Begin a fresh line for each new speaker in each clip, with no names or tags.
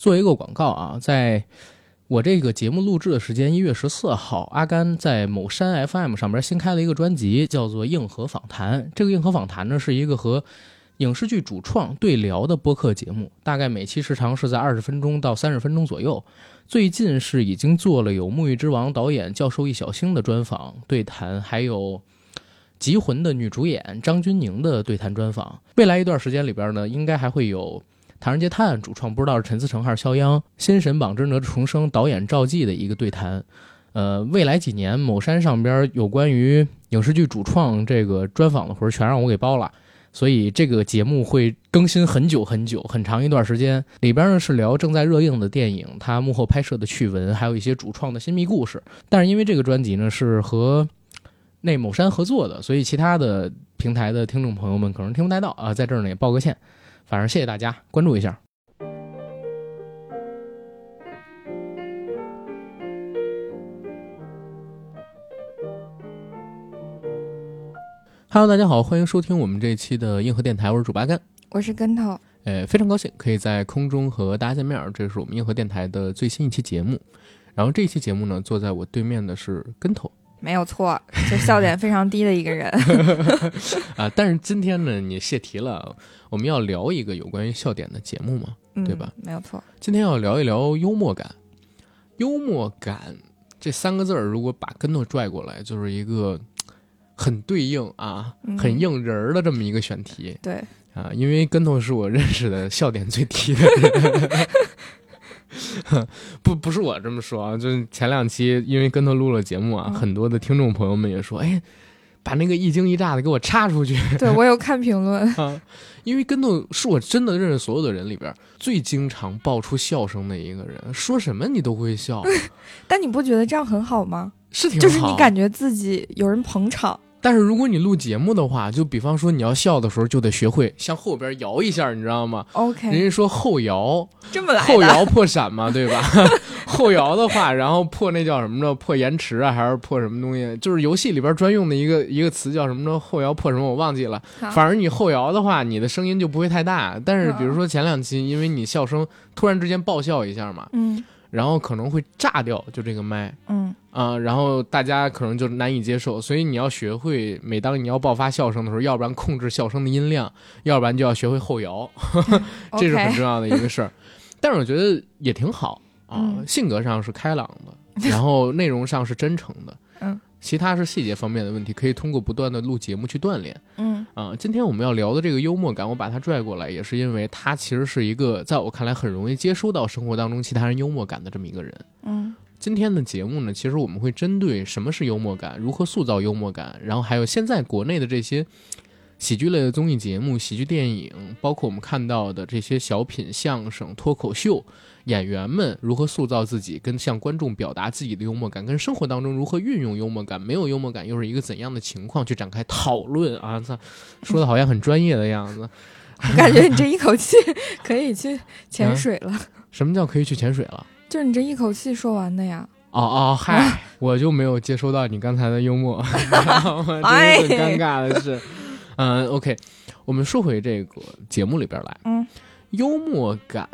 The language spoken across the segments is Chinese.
做一个广告啊，在我这个节目录制的时间，一月十四号，阿甘在某山 FM 上边新开了一个专辑，叫做《硬核访谈》。这个硬核访谈呢，是一个和影视剧主创对聊的播客节目，大概每期时长是在二十分钟到三十分钟左右。最近是已经做了有《沐浴之王》导演教授易小星的专访对谈，还有《极魂》的女主演张钧甯的对谈专访。未来一段时间里边呢，应该还会有《唐人街探案》主创不知道是陈思诚还是肖央，《新神榜之哪吒重生》导演赵季的一个对谈。呃，未来几年某山上边有关于影视剧主创这个专访的活儿全让我给包了。所以这个节目会更新很久很久，很长一段时间。里边呢是聊正在热映的电影，它幕后拍摄的趣闻，还有一些主创的新密故事。但是因为这个专辑呢是和那某山合作的，所以其他的平台的听众朋友们可能听不太到啊，在这儿呢也抱个歉。反正谢谢大家关注一下。Hello，大家好，欢迎收听我们这一期的硬核电台，我是主八甘。
我是跟头，
呃，非常高兴可以在空中和大家见面儿，这是我们硬核电台的最新一期节目。然后这一期节目呢，坐在我对面的是跟头
没有错，就笑点非常低的一个 人。
啊，但是今天呢，你泄题了，我们要聊一个有关于笑点的节目嘛？
嗯
对吧？
没有错，
今天要聊一聊幽默感。幽默感这三个字儿，如果把跟头拽过来，就是一个很对应啊、
嗯
很应人儿的这么一个选题
对，
啊。因为跟头是我认识的笑点最低的 人。不，不是我这么说啊，就是前两期因为跟头录了节目啊，
嗯
很多的听众朋友们也说，哎，把那个一惊一乍的给我插出去。
对我有看评论，
啊， 因为跟头是我真的认识所有的人里边儿最经常爆出笑声的一个人，说什么你都会笑，
但你不觉得这样很好吗？
是挺好。
就是你感觉自己有人捧场，
但是如果你录节目的话，就比方说你要笑的时候，就得学会向后边摇一下，你知道吗？人
OK，
家说后 摇，
这么来
后
的，
摇破闪嘛，对 吧？后摇的话，然后破那叫什么着，破延迟啊，还是破什么东西？就是游戏里边专用的一个一个词叫什么着？后摇破什么我忘记了。
好
反而你后摇的话，你的声音就不会太大。但是
啊嗯
比如说前两期，因为你笑声突然之间爆笑一下嘛，
嗯
然后可能会炸掉，就这个麦
嗯，
啊、然后大家可能就难以接受。所以你要学会，每当你要爆发笑声的时候，要不然控制笑声的音量，要不然就要学会后摇，这是很
OK，
重要的一个事 儿。但是我觉得也挺好啊，
嗯
性格上是开朗的， 然后内容上是真诚的，
嗯，
其他是细节方面的问题，可以通过不断的录节目去锻炼。
嗯
啊，今天我们要聊的这个幽默感，我把它拽过来，也是因为他其实是一个在我看来很容易接收到生活当中其他人幽默感的这么一个人。
嗯
今天的节目呢，其实我们会针对什么是幽默感，如何塑造幽默感，然后还有现在国内的这些喜剧类的综艺节目、喜剧电影，包括我们看到的这些小品、相声、脱口秀演员们如何塑造自己，跟向观众表达自己的幽默感，跟生活当中如何运用幽默感，没有幽默感又是一个怎样的情况去展开讨论啊！操，说的好像很专业的样子。
我感觉你这一口气 可以去
啊
潜水了，
什么叫可以去潜水了？
就是你这一口气说完的呀。
哦 哦，嗨，我就没有接收到你刚才的幽默，这
哎
是很尴尬的事。嗯，OK，我们说回这个节目里边来，
嗯，
幽默感，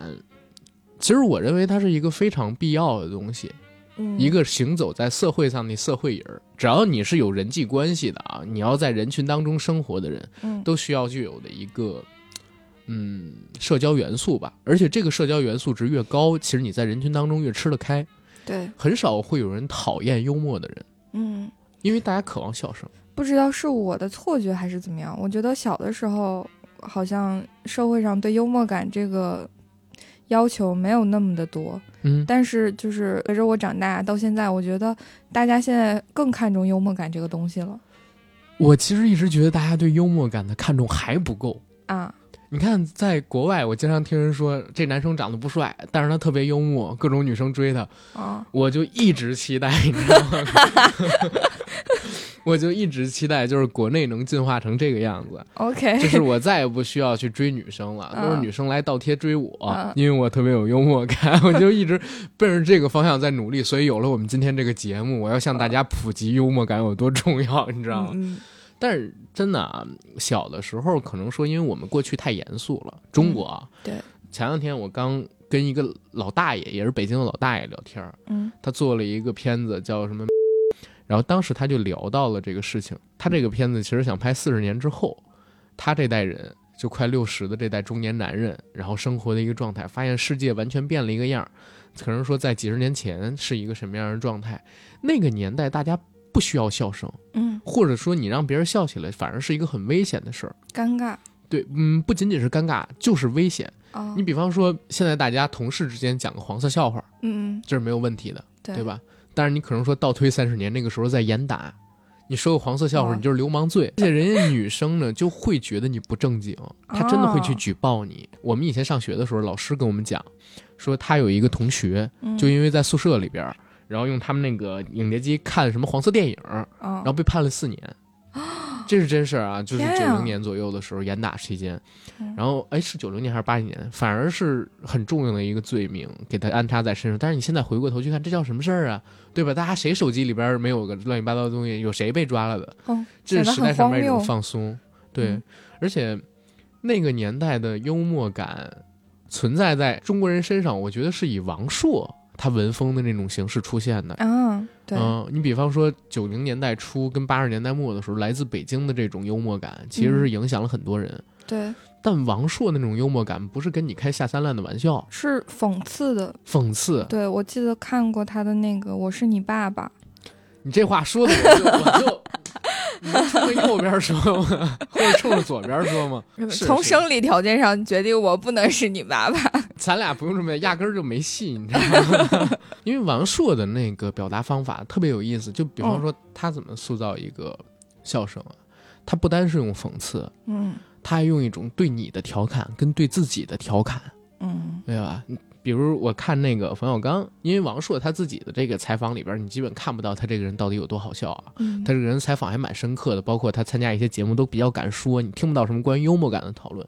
其实我认为它是一个非常必要的东西，
嗯，
一个行走在社会上的社会人儿，只要你是有人际关系的啊，你要在人群当中生活的人，
嗯
都需要具有的一个。嗯，社交元素吧，而且这个社交元素值越高，其实你在人群当中越吃得开。
对，
很少会有人讨厌幽默的人，
嗯，
因为大家渴望笑声。
不知道是我的错觉还是怎么样，我觉得小的时候好像社会上对幽默感这个要求没有那么的多，
嗯，
但是就是随着我长大到现在，我觉得大家现在更看重幽默感这个东西了
我其实一直觉得大家对幽默感的看重还不够。
啊。
你看，在国外，我经常听人说这男生长得不帅，但是他特别幽默，各种女生追他，
啊，
我就一直期待，你知道吗？ 我就一直期待，就是国内能进化成这个样子，
OK，
就是我再也不需要去追女生了，都是
嗯
女生来倒贴追我，
嗯
因为我特别有幽默感，我就一直奔着这个方向在努力，所以有了我们今天这个节目，我要向大家普及幽默感有多重要，你知道吗？
嗯
但是真的啊，小的时候可能说，因为我们过去太严肃了，中国啊，
嗯对，
前两天我刚跟一个老大爷，也是北京的老大爷聊天儿，
嗯
他做了一个片子叫什么，然后当时他就聊到了这个事情。他这个片子其实想拍四十年之后，他这代人就快六十的这代中年男人，然后生活的一个状态，发现世界完全变了一个样儿。可能说在几十年前是一个什么样的状态，那个年代大家不需要笑声，
嗯，
或者说你让别人笑起来，反而是一个很危险的事儿。
尴尬
对，嗯，不仅仅是尴尬，就是危险。
啊，
你比方说，现在大家同事之间讲个黄色笑话，
嗯嗯，
这是没有问题的。
对
对？吧？但是你可能说倒推三十年，那个时候在严打，你说个黄色笑话，
哦
你就是流氓罪。而且人家女生呢，就会觉得你不正经，她真的会去举报你。我们以前上学的时候，老师跟我们讲，说她有一个同学，
嗯
就因为在宿舍里边儿，然后用他们那个影碟机看什么黄色电影，
啊
然后被判了四年。 这是真事儿啊，就是
天
九
啊
零年左右的时候严打期间
嗯，
然后哎是九零年还是八几年，反而是很重要的一个罪名给他安插在身上。但是你现在回过头去看，这叫什么事儿啊？对吧？大家谁手机里边没有个乱七八糟的东西？有谁被抓了的？
哦
这是时代上面一种
显得很荒谬
放松，对，
嗯
而且那个年代的幽默感存在在中国人身上，我觉得是以王朔他文风的那种形式出现的。
啊，对，
嗯，你比方说九零年代初跟八十年代末的时候，来自北京的这种幽默感，其实是影响了很多人。
对，
但王朔那种幽默感，不是跟你开下三滥的玩笑，
是讽刺的。
讽刺。
对，我记得看过他的那个《我是你爸爸》，
你这话说的我就，我就， 你能冲着右边说吗？或者冲着左边说吗？是
嗯从
是
生理条件上决定我不能是你爸爸。
咱俩不用这么，压根儿就没戏，你知道吗？因为王朔的那个表达方法特别有意思，就比方说他怎么塑造一个笑声啊，他不单是用讽刺，
嗯
他还用一种对你的调侃跟对自己的调侃，
嗯
对吧？比如我看那个冯小刚，因为王朔他自己的这个采访里边，你基本看不到他这个人到底有多好笑啊。
嗯，
他这个人采访还蛮深刻的，包括他参加一些节目都比较敢说，你听不到什么关于幽默感的讨论。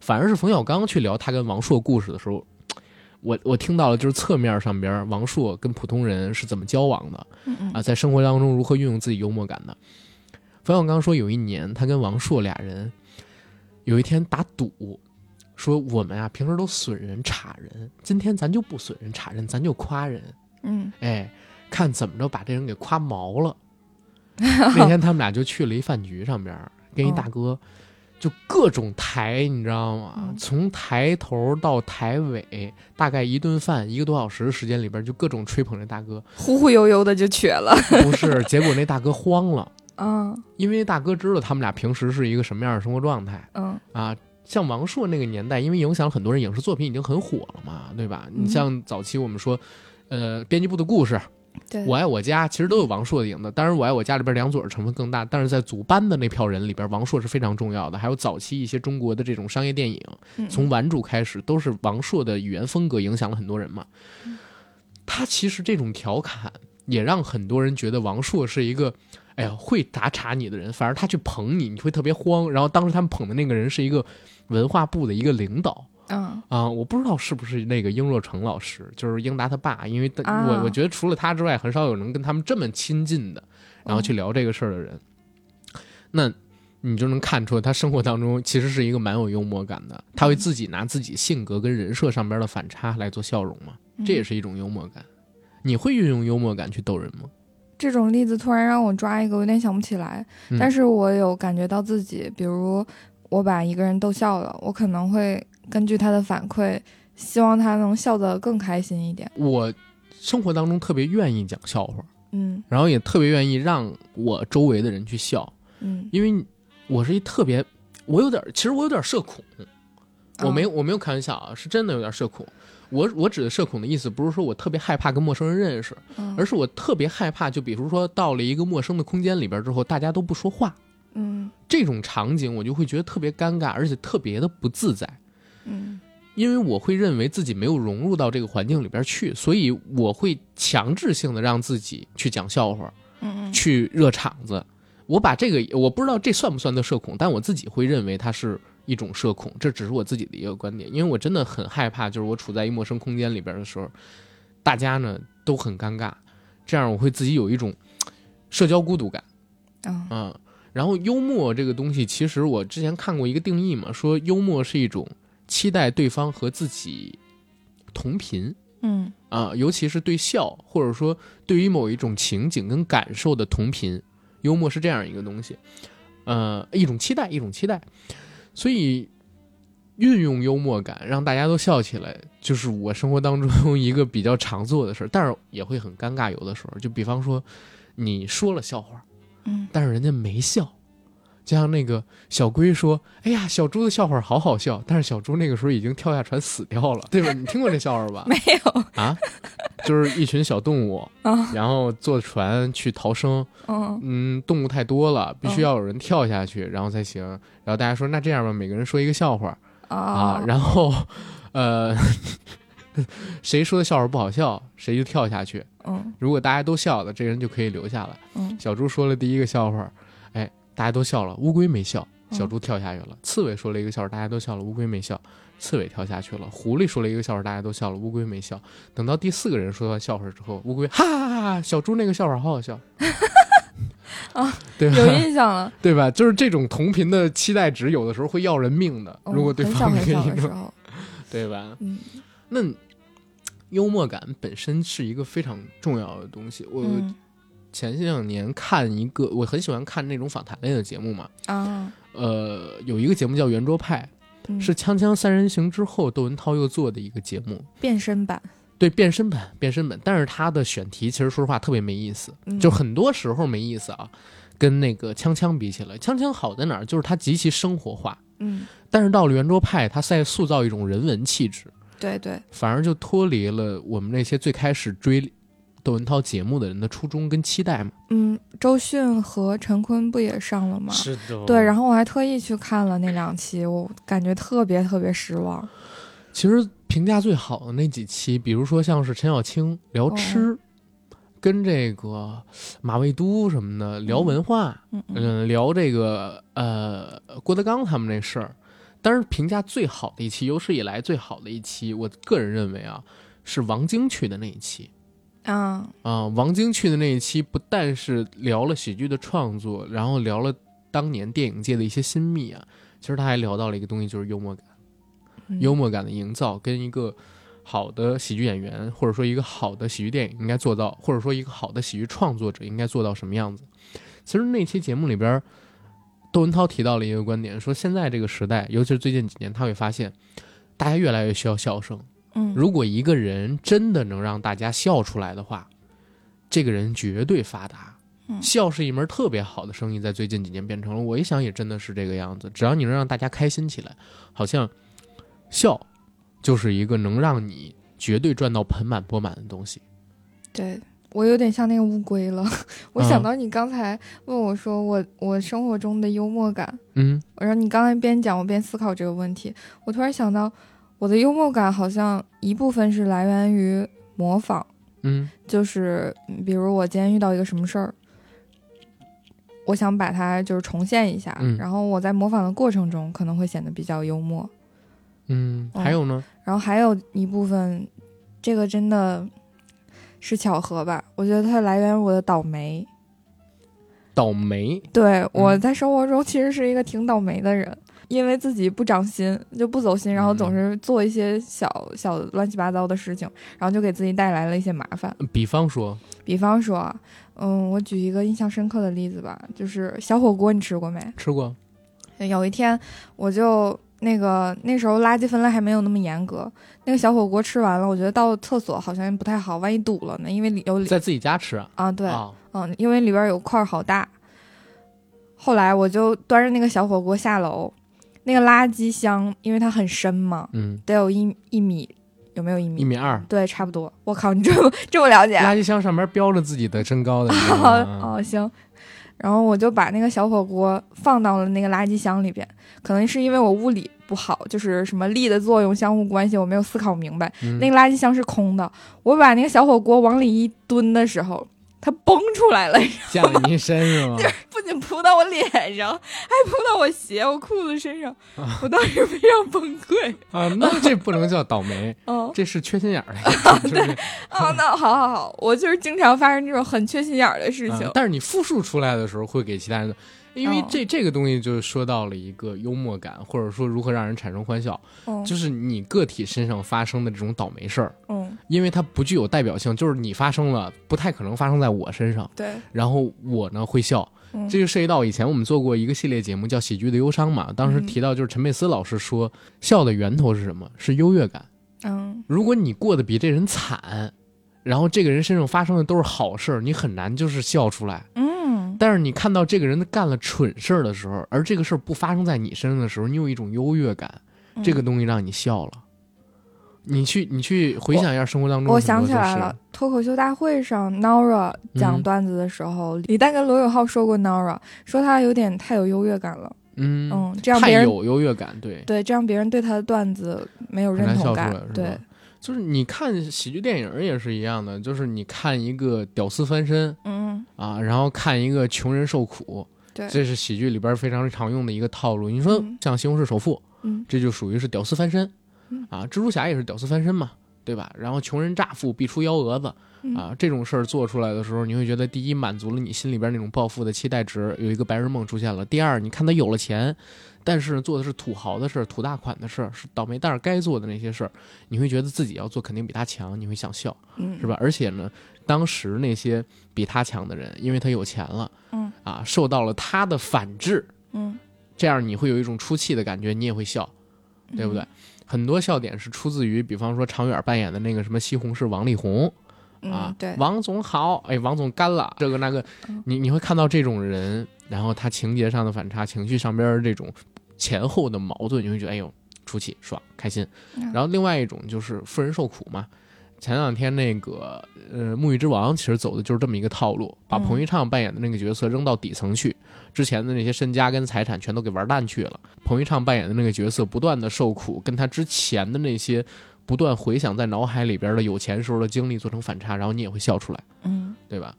反而是冯小刚去聊他跟王朔故事的时候，我我听到了就是侧面上边王朔跟普通人是怎么交往的，
嗯嗯
啊，在生活当中如何运用自己幽默感的。冯小刚说，有一年他跟王朔俩人有一天打赌，说我们啊平时都损人插人，今天咱就不损人插人，咱就夸人，
嗯
哎，看怎么着把这人给夸毛了。那天他们俩就去了一饭局上边儿，跟一大哥。就各种抬，你知道吗
嗯？
从抬头到抬尾，大概一顿饭一个多小时的时间里边儿，就各种吹捧这大哥。
忽忽悠悠的就瘸了。
不是，结果那大哥慌了，
嗯
因为大哥知道他们俩平时是一个什么样的生活状态
嗯
啊。像王朔那个年代，因为影响了很多人，影视作品已经很火了嘛，对吧？
嗯
你像早期我们说，呃，编辑部的故事，
对，
我爱我家其实都有王朔的影子，当然我爱我家里边梁左的成分更大，但是在组班的那票人里边，王朔是非常重要的。还有早期一些中国的这种商业电影，
嗯
从《顽主》开始，都是王朔的语言风格影响了很多人嘛。他其实这种调侃也让很多人觉得王朔是一个，哎呀会打岔你的人，反而他去捧你，你会特别慌。然后当时他们捧的那个人是一个文化部的一个领导，
嗯
啊、我不知道是不是那个英若诚老师，就是英达他爸，因为他、
啊
我我觉得除了他之外，很少有能跟他们这么亲近的，然后去聊这个事儿的人。那你就能看出他生活当中其实是一个蛮有幽默感的，他会自己拿自己性格跟人设上边的反差来做笑容嘛，这也
是
是一种幽默感。你会运用幽默感去逗人吗？
这种例子，突然让我抓一个，有点想不起来。
嗯
但是我有感觉到自己，比如我把一个人逗笑了，我可能会根据他的反馈，希望他能笑得更开心一点。
我生活当中特别愿意讲笑话，
嗯
然后也特别愿意让我周围的人去笑。
嗯，
因为我是一特别，我有点，其实我有点社恐，我没有我没有开玩笑啊，是真的有点社恐。我我指的社恐的意思，不是说我特别害怕跟陌生人认识，
嗯，
而是我特别害怕，就比如说到了一个陌生的空间里边之后，大家都不说话，
嗯
这种场景我就会觉得特别尴尬，而且特别的不自在。
嗯
因为我会认为自己没有融入到这个环境里边去，所以我会强制性的让自己去讲笑话，
嗯嗯
去热场子。我把这个我不知道这算不算的社恐，但我自己会认为它是一种社恐，这只是我自己的一个观点，因为我真的很害怕，就是我处在一陌生空间里边的时候，大家呢都很尴尬，这样我会自己有一种嘖社交孤独感，
嗯
嗯。然后幽默这个东西，其实我之前看过一个定义嘛，说幽默是一种期待对方和自己同频
嗯
啊，尤其是对笑或者说对于某一种情景跟感受的同频，幽默是这样一个东西，呃，一种期待，一种期待，所以。运用幽默感让大家都笑起来，就是我生活当中 一个比较常做的事儿，但是也会很尴尬。有的时候，就比方说，你说了笑话，
嗯
但是人家没笑。就像那个小龟说：“哎呀，小猪的笑话好好笑。”但是小猪那个时候已经跳下船死掉了，对吧？你听过这笑话吧？
没有
啊，就是一群小动物，
啊
然后坐船去逃生。
嗯
嗯，动物太多了，必须
嗯
要有人跳下去，然后才行。然后大家说：“那这样吧，每个人说一个笑话啊
啊。”
然后，呃， 谁说的笑话不好笑，谁就跳下去。
嗯
如果大家都笑了，这个人就可以留下来。
嗯
小猪说了第一个笑话，哎，大家都笑了，乌龟没笑，
嗯
小猪跳下去了。刺猬说了一个笑话，大家都笑了，乌龟没笑，刺猬跳下去了。狐狸说了一个笑话，大家都笑了，乌龟没笑。等到第四个人说完笑话之后，乌龟哈哈哈哈，小猪那个笑话好好 笑，
啊，
对吧？
有印 象了。
对吧？就是这种同频的期待值，有的时候会要人命的。
嗯
如果对
很小
方
很
给
小
你
的时
弄，
候，
对吧？
嗯
那幽默感本身是一个非常重要的东西。我
嗯
前些两年看一个，我很喜欢看那种访谈类的节目嘛。
啊，
呃，有一个节目叫《圆桌派
嗯》，
是《锵锵三人行》之后窦文涛又做的一个节目，
变身版，
对变身版，变身版。但是它的选题其实说实话特别没意思，
嗯
就很多时候没意思啊。跟那个锵锵比起来，锵锵好在哪儿？就是它极其生活化，
嗯，
但是到了圆桌派，它在塑造一种人文气质，
对对，
反而就脱离了我们那些最开始追窦文涛节目的人的初衷跟期待嘛。
嗯，周迅和陈坤不也上了吗？
是的，
哦
对，然
后
后我还特意去看了那两期，我感觉特别特别失望。
其实评价最好的那几期，比如说像是陈小青聊
哦
吃，跟这个马未都什么的聊文化，
嗯嗯
嗯、聊这个呃郭德纲他们那事儿。但是评价最好的一期，有史以来最好的一期，我个人认为啊，是王晶去的那一期。
啊，
啊、王晶去的那一期不但是聊了喜剧的创作，然后聊了当年电影界的一些新密啊，其实他还聊到了一个东西，就是幽默感，
嗯
幽默感的营造跟一个好的喜剧演员，或者说一个好的喜剧电影应该做到，或者说一个好的喜剧创作者应该做到什么样子。其实那期节目里边儿，窦文涛提到了一个观点，说现在这个时代，尤其是最近几年，他会发现大家越来越需要笑声。
嗯，
如果一个人真的能让大家笑出来的话，这个人绝对发达。
嗯
笑是一门特别好的生意，在最近几年变成了，我一想也真的是这个样子。只要你能让大家开心起来，好像笑就是一个能让你绝对赚到盆满钵满的东西。
对我有点像那个乌龟了。 我想
嗯
到你刚才问我说我我生活中的幽默感，
嗯，
然后你刚才边讲我边思考这个问题，我突然想到我的幽默感好像一部分是来源于模仿。
嗯，
就是嗯比如我今天遇到一个什么事儿，我想把它就是重现一下，
嗯
然后我在模仿的过程中可能会显得比较幽默。
嗯，还有呢，
然后还有一部分，这个真的是巧合吧？我觉得它来源于我的倒霉。
倒霉，
对我
嗯
在生活中其实是一个挺倒霉的人。因为自己不长心，就不走心，然后总是做一些小小乱七八糟的事情，然后就给自己带来了一些麻烦。
比方说，
比方说啊，嗯，我举一个印象深刻的例子吧，就是小火锅，你吃过没？
吃过，
有一天我就那个那时候垃圾分类还没有那么严格，那个小火锅吃完了，我觉得到厕所好像不太好，万一堵了呢？因为里有里
在自己家吃啊，
啊，对，
啊
嗯，因为里边有块儿好大。后来我就端着那个小火锅下楼，那个垃圾箱因为它很深嘛，
嗯，
得有一一米，有没有一米？
一米二，
对，差不多。我靠，你这么这么了解啊？
垃圾啊箱上面标着自己的身高的，你知道吗
哦，行。然后我就把那个小火锅放到了那个垃圾箱里边，可能是因为我物理不好，就是什么力的作用、相互关系，我没有思考明白。
嗯
那个垃圾箱是空的，我把那个小火锅往里一蹲的时候，它崩出来了，
溅了你一身是吗？
不仅扑到我脸上，还扑到我鞋、我裤子身上，我当时非常崩溃。
啊，那这不能叫倒霉，
哦，
这是缺心眼儿的一 种，就是
哦，那好好好，我就是经常发生这种很缺心眼儿的事情
啊
哦
啊。但是你复述出来的时候，会给其他人，因为这这个东西就是说到了一个幽默感，或者说如何让人产生欢笑，
嗯
就是你个体身上发生的这种倒霉事儿，
嗯，
因为它不具有代表性，就是你发生了，不太可能发生在我身上。
对，
然后我呢会笑，
嗯
这就涉及到以前我们做过一个系列节目叫《喜剧的忧伤》嘛，当时
嗯
提到就是陈佩斯老师说，笑的源头是什么？是优越感。
嗯
如果你过得比这人惨，然后这个人身上发生的都是好事儿，你很难就是笑出来。
嗯
但是你看到这个人干了蠢事儿的时候，而这个事儿不发生在你身上的时候，你有一种优越感，
嗯
这个东西让你笑了。你去，你去回想一下生活当中
我
很
想
多
起
就是
来了，脱口秀大会上 Nora 讲
嗯
段子的时候，李诞跟罗永浩说过 Nora，说他有点太有优越感了，
嗯，
嗯，这样
太
别人
有优越感，对，
对这样别人对他的段子没有
很难
认
笑
同
出来
感
是吧，
对，
就是你看喜剧电影也是一样的，就是你看一个屌丝翻身
嗯，
啊，然后看一个穷人受苦，
对，
这是喜剧里边非常常用的一个套路。你说
嗯
像《西红柿首富》，
嗯
这就属于是屌丝翻身
嗯
啊，蜘蛛侠也是屌丝翻身嘛，对吧？然后穷人乍富必出幺蛾子
嗯
啊，这种事儿做出来的时候，你会觉得第一满足了你心里边那种暴富的期待值，有一个白日梦出现了；第二，你看他有了钱，但是做的是土豪的事儿、土大款的事儿，是倒霉蛋儿该做的那些事儿，你会觉得自己要做肯定比他强，你会想笑，
嗯
是吧？而且呢，当时那些比他强的人，因为他有钱了，
嗯
啊，受到了他的反制，
嗯，
这样你会有一种出气的感觉，你也会笑。
嗯
对不对？很多笑点是出自于，比方说常远扮演的那个什么西红柿王力宏
嗯？
啊
嗯，，对，
王总好，哎，王总干了，这个那个
嗯，
你你会看到这种人，然后他情节上的反差，情绪上边儿这种前后的矛盾，你会觉得哎呦出气爽开心。
嗯
然后另外一种就是富人受苦嘛。前两天那个呃，《沐浴之王》其实走的就是这么一个套路，把
嗯
彭昱畅扮演的那个角色扔到底层去，之前的那些身家跟财产全都给玩烂去了。彭昱畅扮演的那个角色不断的受苦，跟他之前的那些不断回想在脑海里边的有钱时候的经历做成反差，然后你也会笑出来。
嗯
对吧？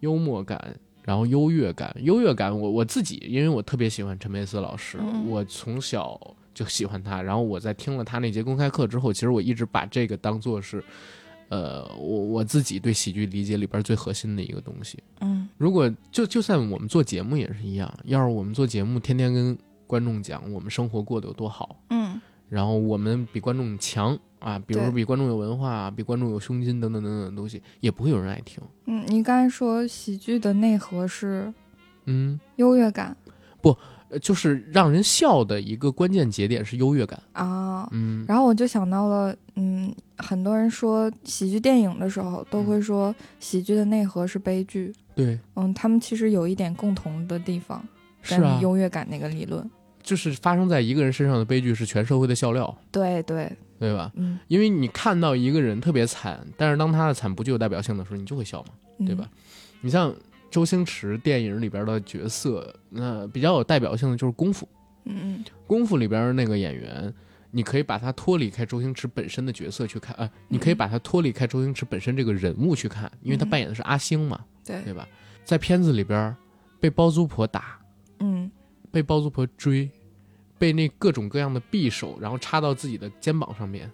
幽默感，然后优越感，优越感我，我自己，因为我特别喜欢陈佩斯老师，
嗯
我从小就喜欢他。然后我在听了他那节公开课之后，其实我一直把这个当做是，呃，我我自己对喜剧理解里边最核心的一个东西。
嗯
如果就就算我们做节目也是一样，要是我们做节目天天跟观众讲我们生活过得有多好，
嗯
然后我们比观众强啊，比如说
对
比观众有文化啊，比观众有胸襟等等等等的东西，也不会有人爱听。
嗯，你刚才说喜剧的内核是
嗯。
优越感
呃就是让人笑的一个关键节点是优越感。
啊，
嗯
然后我就想到了，嗯，很多人说喜剧电影的时候都会说喜剧的内核是悲剧，
对，
嗯，他们其实有一点共同的地方，
是
跟
啊，
优越感那个理论，
就是发生在一个人身上的悲剧是全社会的笑料，
对对，
对吧？
嗯，
因为你看到一个人特别惨，但是当他的惨不具有代表性的时候，你就会笑嘛，
嗯
对吧？？你像周星驰电影里边的角色，那、比较有代表性的就是《功夫》，
嗯
《功夫》里边那个演员。你可以把他脱离开周星驰本身的角色去看，呃，你可以把他脱离开周星驰本身这个人物去看，因为他
嗯
扮演的是阿星嘛，
嗯，对，
对吧？在片子里边儿被包租婆打，
嗯
被包租婆追，被那各种各样的匕首，然后插到自己的肩膀上面，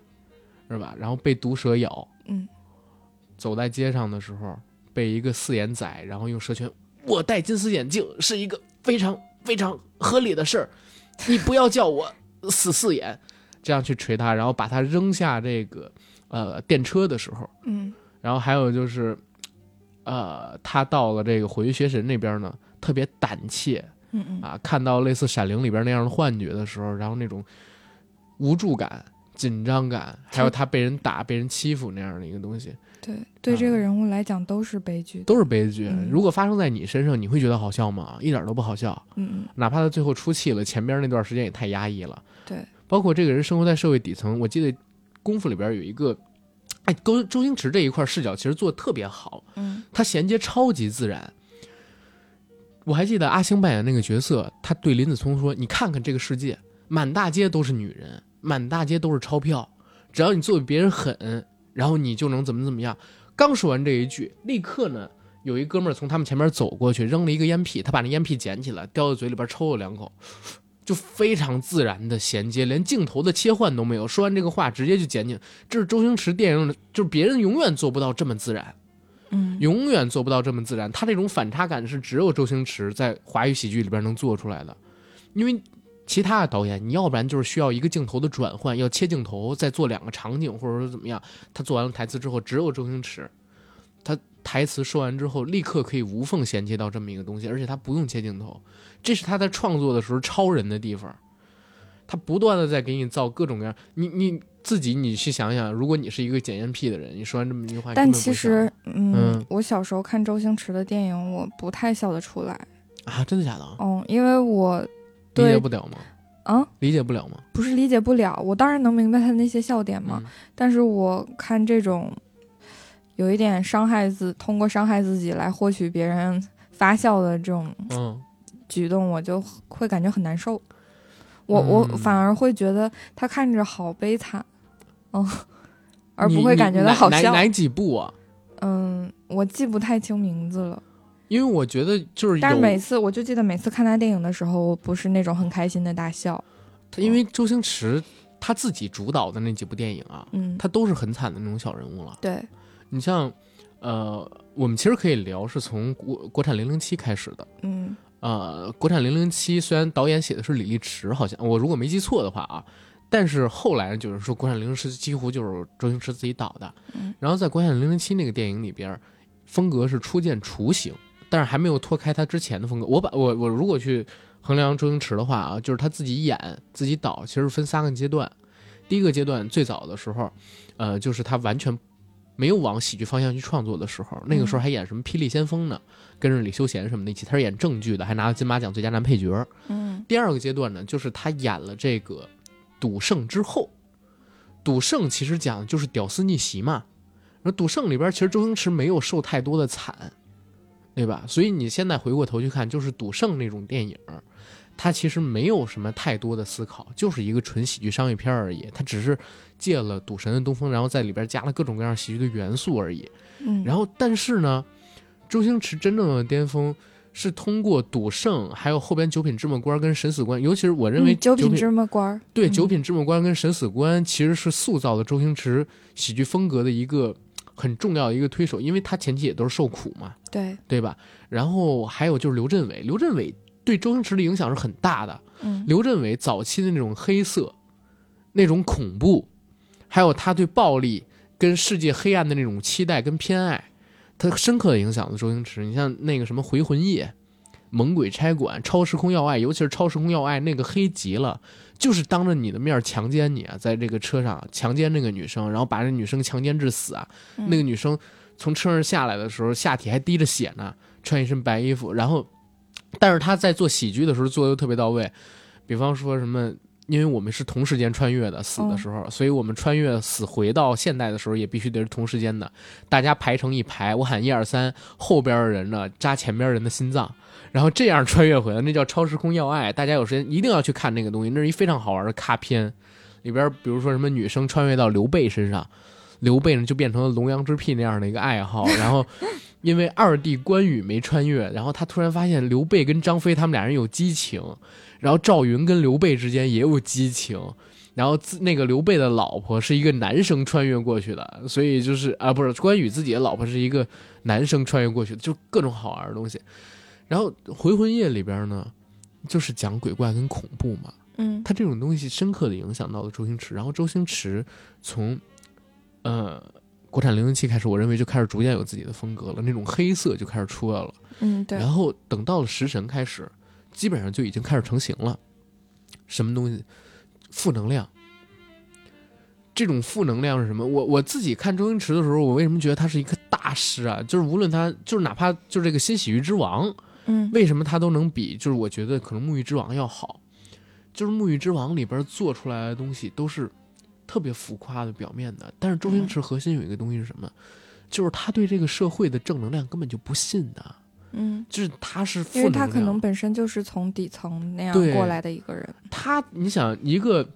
是吧？然后被毒蛇咬，
嗯
走在街上的时候被一个四眼仔，然后用蛇拳，我戴金丝眼镜是一个非常非常合理的事儿，你不要叫我死四眼， 这样去捶他，然后把他扔下这个呃电车的时候。
嗯
然后还有就是，呃，他到了这个火云邪神那边呢，特别胆怯
嗯嗯，
啊，看到类似《闪灵》里边那样的幻觉的时候，然后那种无助感、紧张感，还有他被人打、被人欺负那样的一个东西，
对对，这个人物来讲都是悲剧的，
都是悲剧
嗯。
如果发生在你身上，你会觉得好笑吗？一点都不好笑。
嗯嗯
哪怕他最后出气了，前边那段时间也太压抑了。
对，
包括这个人生活在社会底层，我记得功夫里边有一个，哎，周周星驰这一块视角其实做的特别好，
嗯
他衔接超级自然。我还记得阿星扮演那个角色，他对林子聪说：“你看看这个世界，满大街都是女人，满大街都是钞票，只要你做比别人狠，然后你就能怎么怎么样。”刚说完这一句，立刻呢有一哥们儿从他们前面走过去，扔了一个烟屁，他把那烟屁捡起来，叼到嘴里边抽了两口，就非常自然的衔接，连镜头的切换都没有。说完这个话，直接就捡起来，这是周星驰电影里，就是别人永远做不到这么自然。
嗯，
永远做不到这么自然。他这种反差感是只有周星驰在华语喜剧里边能做出来的，因为其他的导演，你要不然就是需要一个镜头的转换，要切镜头，再做两个场景，或者说怎么样。他做完了台词之后，只有周星驰，他台词说完之后，立刻可以无缝衔接到这么一个东西，而且他不用切镜头，这是他在创作的时候超人的地方。他不断的在给你造各种各样，你你自己你去想想，如果你是一个检验癖的人，你说完这么一句话，你
但
根本不
其
会想
实，嗯，
嗯
我小时候看周星驰的电影，我不太笑得出来。
啊，真的假的啊？
嗯，因为我
理
对
解不了吗？
啊
理解不了吗？
不是理解不了，我当然能明白他那些笑点嘛，
嗯
但是我看这种有一点伤害自，通过伤害自己来获取别人发笑的这种
嗯，
举动，我就会感觉很难受。我我
嗯
反而会觉得他看着好悲惨，嗯， 而
你
不会感觉到好
你哪
笑
哪。哪几部啊？
嗯，我记不太清名字了，
因为我觉得就是
但是
有，
每次我就记得每次看他电影的时候，我不是那种很开心的大笑。
他因为周星驰他自己主导的那几部电影啊，
嗯，
他都是很惨的那种小人物了。
对，
你像，呃，我们其实可以聊是从国国产零零七开始的。
嗯
呃，国产零零七虽然导演写的是李立驰，好像我如果没记错的话啊，但是后来就是说国产零零七几乎就是周星驰自己导的。
嗯
然后在国产零零七那个电影里边，风格是初见雏形，但是还没有脱开他之前的风格。我把我我如果去衡量周星驰的话啊，就是他自己演自己导，其实分三个阶段。第一个阶段最早的时候，呃，就是他完全没有往喜剧方向去创作的时候，那个时候还演什么《霹雳先锋》呢，跟着李修贤什么的一起，他是演正剧的，还拿了金马奖最佳男配角。
嗯
第二个阶段呢，就是他演了这个《赌圣》之后，《赌圣》其实讲的就是屌丝逆袭嘛。那《赌圣》里边其实周星驰没有受太多的惨，对吧？所以你现在回过头去看，就是《赌圣》那种电影，它其实没有什么太多的思考，就是一个纯喜剧商业片而已。它只是借了赌神的东风，然后在里边加了各种各样喜剧的元素而已。
嗯，
然后，但是呢，周星驰真正的巅峰是通过《赌圣》，还有后边《九品芝麻官》跟《审死官》，尤其是我认为
嗯九
九
品
品
芝麻官儿，
对《
嗯
九品芝麻官》跟《审死官》其实是塑造了周星驰喜剧风格的一个很重要的一个推手，因为他前期也都是受苦嘛，
对，
对吧？然后还有就是刘镇伟，刘镇伟对周星驰的影响是很大的。
嗯
刘镇伟早期的那种黑色、那种恐怖，还有他对暴力跟世界黑暗的那种期待跟偏爱，他深刻的影响了周星驰。你像那个什么《回魂夜》《猛鬼差馆》《超时空要爱》，尤其是《超时空要爱》那个黑极了，就是当着你的面强奸你啊，在这个车上强奸那个女生，然后把这女生强奸致死啊。那个女生从车上下来的时候，下体还滴着血呢，穿一身白衣服，然后，但是她在做喜剧的时候做的特别到位，比方说什么。因为我们是同时间穿越的，死的
嗯
时候，所以我们穿越死回到现代的时候，也必须得是同时间的。大家排成一排，我喊一二三，后边的人呢扎前边人的心脏，然后这样穿越回来，那叫超时空要爱。大家有时间一定要去看那个东西，那是一非常好玩的卡片。里边比如说什么女生穿越到刘备身上，刘备呢就变成了龙阳之癖那样的一个爱好，然后因为二弟关羽没穿越，然后他突然发现刘备跟张飞他们俩人有激情，然后赵云跟刘备之间也有激情。然后自那个刘备的老婆是一个男生穿越过去的，所以就是啊，不是关羽自己的老婆是一个男生穿越过去的，就各种好玩的东西。然后《回魂夜》里边呢，就是讲鬼怪跟恐怖嘛，
嗯
他这种东西深刻的影响到了周星驰。然后周星驰从呃国产零零七开始，我认为就开始逐渐有自己的风格了，那种黑色就开始出来了。
嗯，对
然，后等到了食神开始，基本上就已经开始成型了。什么东西？负能量。这种负能量是什么？我我自己看周星驰的时候，我为什么觉得他是一个大师啊？就是无论他，就是哪怕就是这个新喜剧之王，
嗯
为什么他都能比？就是我觉得可能《沐浴之王》要好，就是《沐浴之王》里边做出来的东西都是特别浮夸的、表面的。但是周星驰核心有一个东西是什么？就是他对这个社会的正能量根本就不信的。
嗯，
就是他是负
因
能
为
量，
他可能本身就是从底层那样
对
过来的一个人，
他你想一个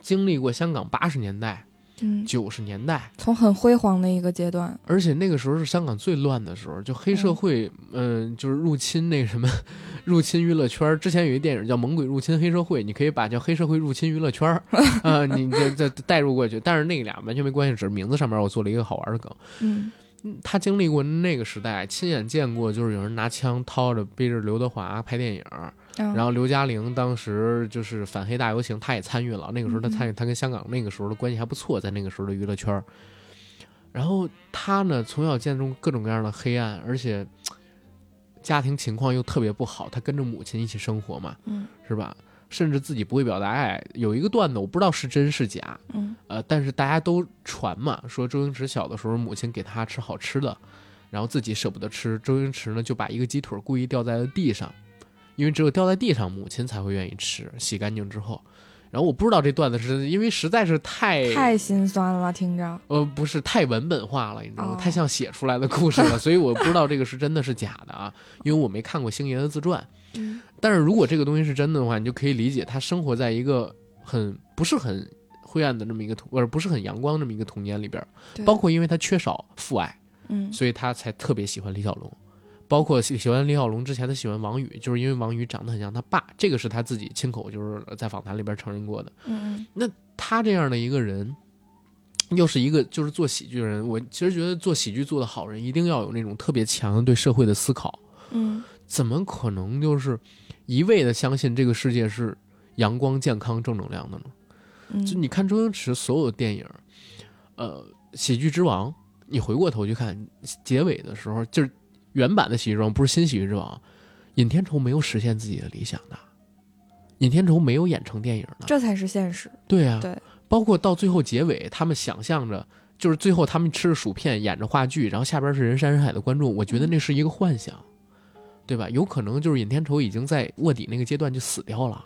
经历过香港八十年代、
嗯，
九十年代，
从很辉煌的一个阶段，
而且那个时候是香港最乱的时候，就黑社会，嗯、就是入侵那个什么，入侵娱乐圈儿。之前有一电影叫《猛鬼入侵黑社会》，你可以把叫黑社会入侵娱乐圈儿，啊、你这这带入过去。但是那俩完全没关系，只是名字上面我做了一个好玩的梗。
嗯
他经历过那个时代，亲眼见过，就是有人拿枪掏着背着刘德华拍电影，然
然
后刘嘉玲当时就是反黑大游行，她也参与了。那个时候她参与，她跟香港那个时候的关系还不错，在那个时候的娱乐圈儿。然后她呢，从小见证各种各样的黑暗，而且嘖家庭情况又特别不好，她跟着母亲一起生活嘛，
嗯
是吧？甚至自己不会表达爱。有一个段子，我不知道是真是假，
嗯
呃，但是大家都传嘛，说周星驰小的时候母亲给他吃好吃的，然后自己舍不得吃，周星驰呢就把一个鸡腿故意掉在了地上，因为只有掉在地上，母亲才会愿意吃，洗干净之后。然后我不知道这段子是因为实在是太
太心酸了，听着，
呃不是太文本化了，你知道吗？
哦
太像写出来的故事了，所以我不知道这个是真的是假的啊，因为我没看过星爷的自传。
嗯
但是如果这个东西是真的的话，你就可以理解他生活在一个很不是很灰暗的这么一个童，或者不是很阳光这么一个童年里边儿。
对
包括因为他缺少父爱，
嗯
所以他才特别喜欢李小龙。包括喜喜欢李小龙之前，他喜欢王宇，就是因为王宇长得很像他爸，这个是他自己亲口就是在访谈里边承认过的。
嗯
他这样的一个人，又是一个就是做喜剧的人，我其实觉得做喜剧做的好人，一定要有那种特别强的对社会的思考。
嗯
怎么可能就是一味的相信这个世界是阳光、健康、正能量的呢？
嗯，
就你看周星驰所有的电影，呃，《喜剧之王》，你回过头去看结尾的时候，就是原版的《喜剧之王》，不是新《喜剧之王》，尹天仇没有实现自己的理想的，尹天仇没有演成电影的，
这才是现实，
对啊，
对
包括到最后结尾，他们想象着。就是最后他们吃着薯片，演着话剧，然后下边是人山人海的观众，我觉得那是一个幻想，对吧？有可能就是尹天仇已经在卧底那个阶段就死掉了，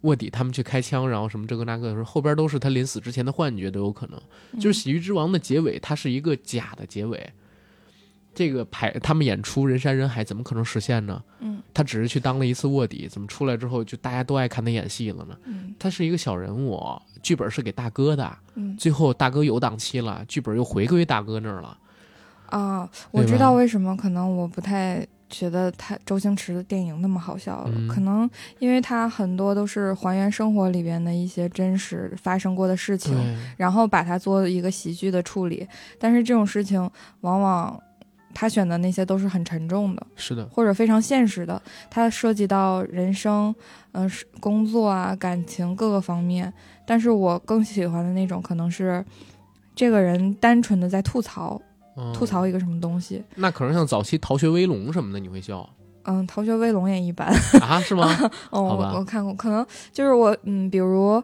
卧底他们去开枪，然后什么这个那个的时候，后边都是他临死之前的幻觉都有可能。
嗯
就是《喜剧之王》的结尾，它是一个假的结尾，这个排他们演出人山人海，怎么可能实现呢？
嗯
他只是去当了一次卧底，怎么出来之后就大家都爱看他演戏了呢？
嗯
他是一个小人物，剧本是给大哥的，
嗯
最后大哥有档期了，剧本又回归大哥那儿了。
啊，我
对吧
知道为什么可能我不太。觉得他周星驰的电影那么好笑了，
嗯
可能因为他很多都是还原生活里边的一些真实发生过的事情，然后把它做一个喜剧的处理。但是这种事情往往他选的那些都是很沉重的，
是的，
或者非常现实的，它涉及到人生、嗯、是工作啊、感情各个方面。但是我更喜欢的那种可能是。这个人单纯的在吐槽，
嗯
吐槽一个什么东西，
那可能像早期《逃学威龙》什么的，你会笑
嗯，《逃学威龙》也一般，
啊？是吗？
哦，
好吧
我我看过，可能就是我，嗯，比如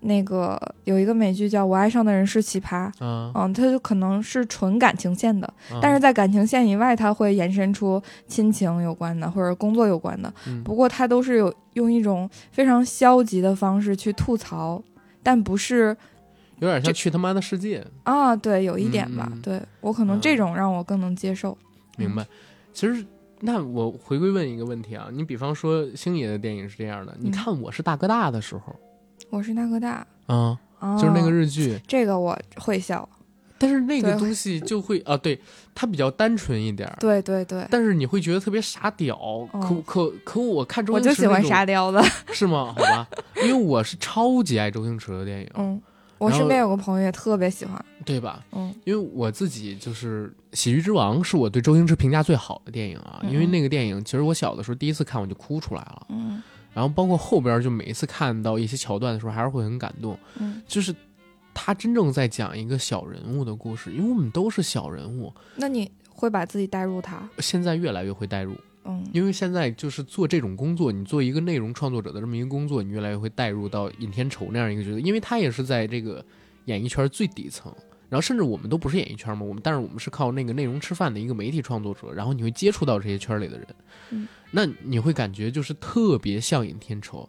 那个有一个美剧叫《我爱上的人是奇葩》，
嗯，
嗯，它就可能是纯感情线的，但是
是
在感情线以外，它会延伸出亲情有关的或者工作有关的。
嗯
不过，它都是有用一种非常消极的方式去吐槽，但不是
有点像
这
去他妈的世界，
啊，对，有一点吧，
嗯嗯嗯
对我可能这种让我更能接受。嗯
明白？其实，那我回归问一个问题啊，你比方说星爷的电影是这样的，你
嗯
看《我是大哥大》的时候
我是大哥大，
啊，
啊，
就是那个日剧，
这个我会笑，
但是那个
对
东西就会啊，对，它比较单纯一点儿。
对对对，
但是你会觉得特别傻屌，可可可我看周
哦我
星驰
就喜欢
嗯那种
沙雕的，
是吗？好吧，因为我是超级爱周星驰的电影，
嗯，我
然后
身边有个朋友也特别喜欢，
对吧？
嗯
因为我自己就是《喜剧之王》是我对周星驰评价最好的电影啊，
嗯嗯
因为那个电影其实我小的时候第一次看我就哭出来了，
嗯
然后包括后边就每一次看到一些桥段的时候还是会很感动，
嗯，
就是他真正在讲一个小人物的故事，因为我们都是小人物，
那你会把自己带入他，
现在越来越会代入，
嗯
因为现在就是做这种工作，你做一个内容创作者的这么一个工作，你越来越会带入到尹天仇那样一个角色，因为他也是在这个演艺圈最底层，然后甚至我们都不是演艺圈嘛，我们但是我们是靠那个内容吃饭的一个媒体创作者，然后你会接触到这些圈里的人，
嗯
那你会感觉就是特别像尹天仇，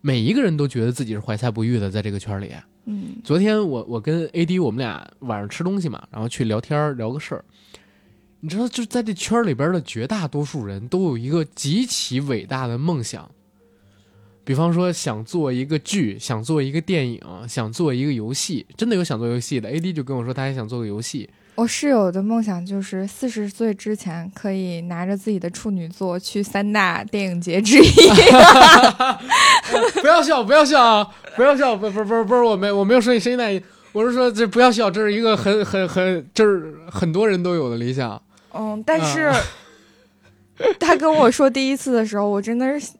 每一个人都觉得自己是怀才不遇的，在这个圈里。啊
嗯
昨天我我跟 AD 我们俩晚上吃东西嘛，然后去聊天儿聊个事儿。你知道，就是在这圈儿里边儿的绝大多数人都有一个极其伟大的梦想，比方说想做一个剧，想做一个电影，想做一个游戏，真的有想做游戏的。AD 就跟我说，他还想做个游戏，
我室友的梦想就是四十岁之前可以拿着自己的处女作去三大电影节之 一。
不要笑，不要笑啊！不要笑，不不不不是我没我没有说你声音那，我是说，这不要笑，这是一个很很很，这是很多人都有的理想。
嗯，但是他跟我说第一次的时候，我真的是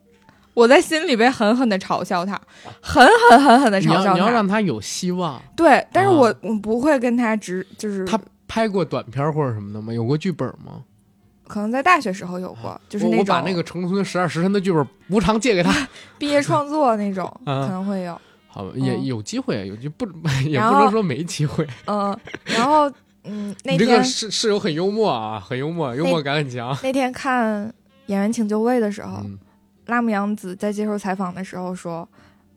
我在心里边狠狠的嘲笑他，狠狠狠狠的
你
嘲
要
笑
你要
他。
让他有希望。
对，但是我、
啊
我不会跟他直就是
他拍过短片或者什么的吗？有过剧本吗？
可能在大学时候有过，就是
我
那
我把
种
那个《城中村十二时辰》的剧本无偿借给他。
毕业创作 那种，
啊
可能会有。
好吧，也
嗯
有机会，有机不 也
然
不
后
能说没机会。
嗯，然后嗯，那
你这个
天
室室友很幽默啊，很幽默，幽默感很强。
那天看《演员请就位》的时候，
嗯，
拉姆扬子在接受采访的时候说，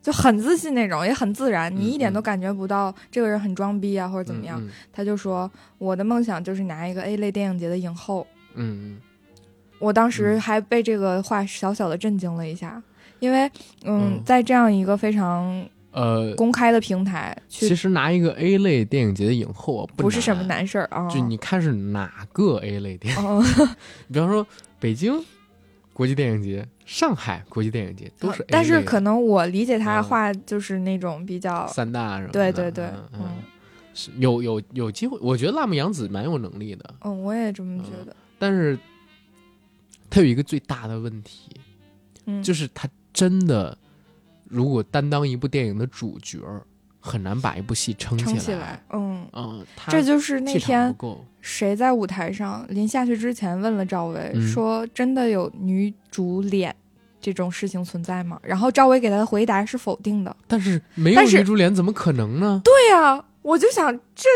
就很自信那种，也很自然，
嗯
你一点都感觉不到这个人很装逼啊或者怎么样。
嗯？
他就说，我的梦想就是拿一个 A 类电影节的影后。
嗯
我当时
嗯
还被这个话小小的震惊了一下，因为嗯，
嗯
在这样一个非常
嗯呃，
公开的平台
其
去，
实拿一个 A 类电影节的影后啊，
不是什么
难，
难事儿啊。
就你看是哪个 A 类电影？
嗯，
比方说北京国际电影节、上海国际电影节 都是 A 类的，
但是可能我理解
嗯
他的话就是那种比较，
三大什么的，
对对对
嗯，
嗯
嗯，是有有有机会，我觉得辣目洋子蛮有能力的，
嗯，我也这么觉得，
但是她有一个最大的问题，
嗯，
就是他真的如果担当一部电影的主角儿，很难把一部戏撑
撑
起
起
来
来。，嗯，
嗯，他
这就是那
气场
天
不够。
谁在舞台上临下去之前问了赵薇，
嗯
说真的有女主脸这种事情存在吗？然后赵薇给他的回答是否定的。
但是没有
但是
女主脸怎么可能呢？
对呀、我就想这。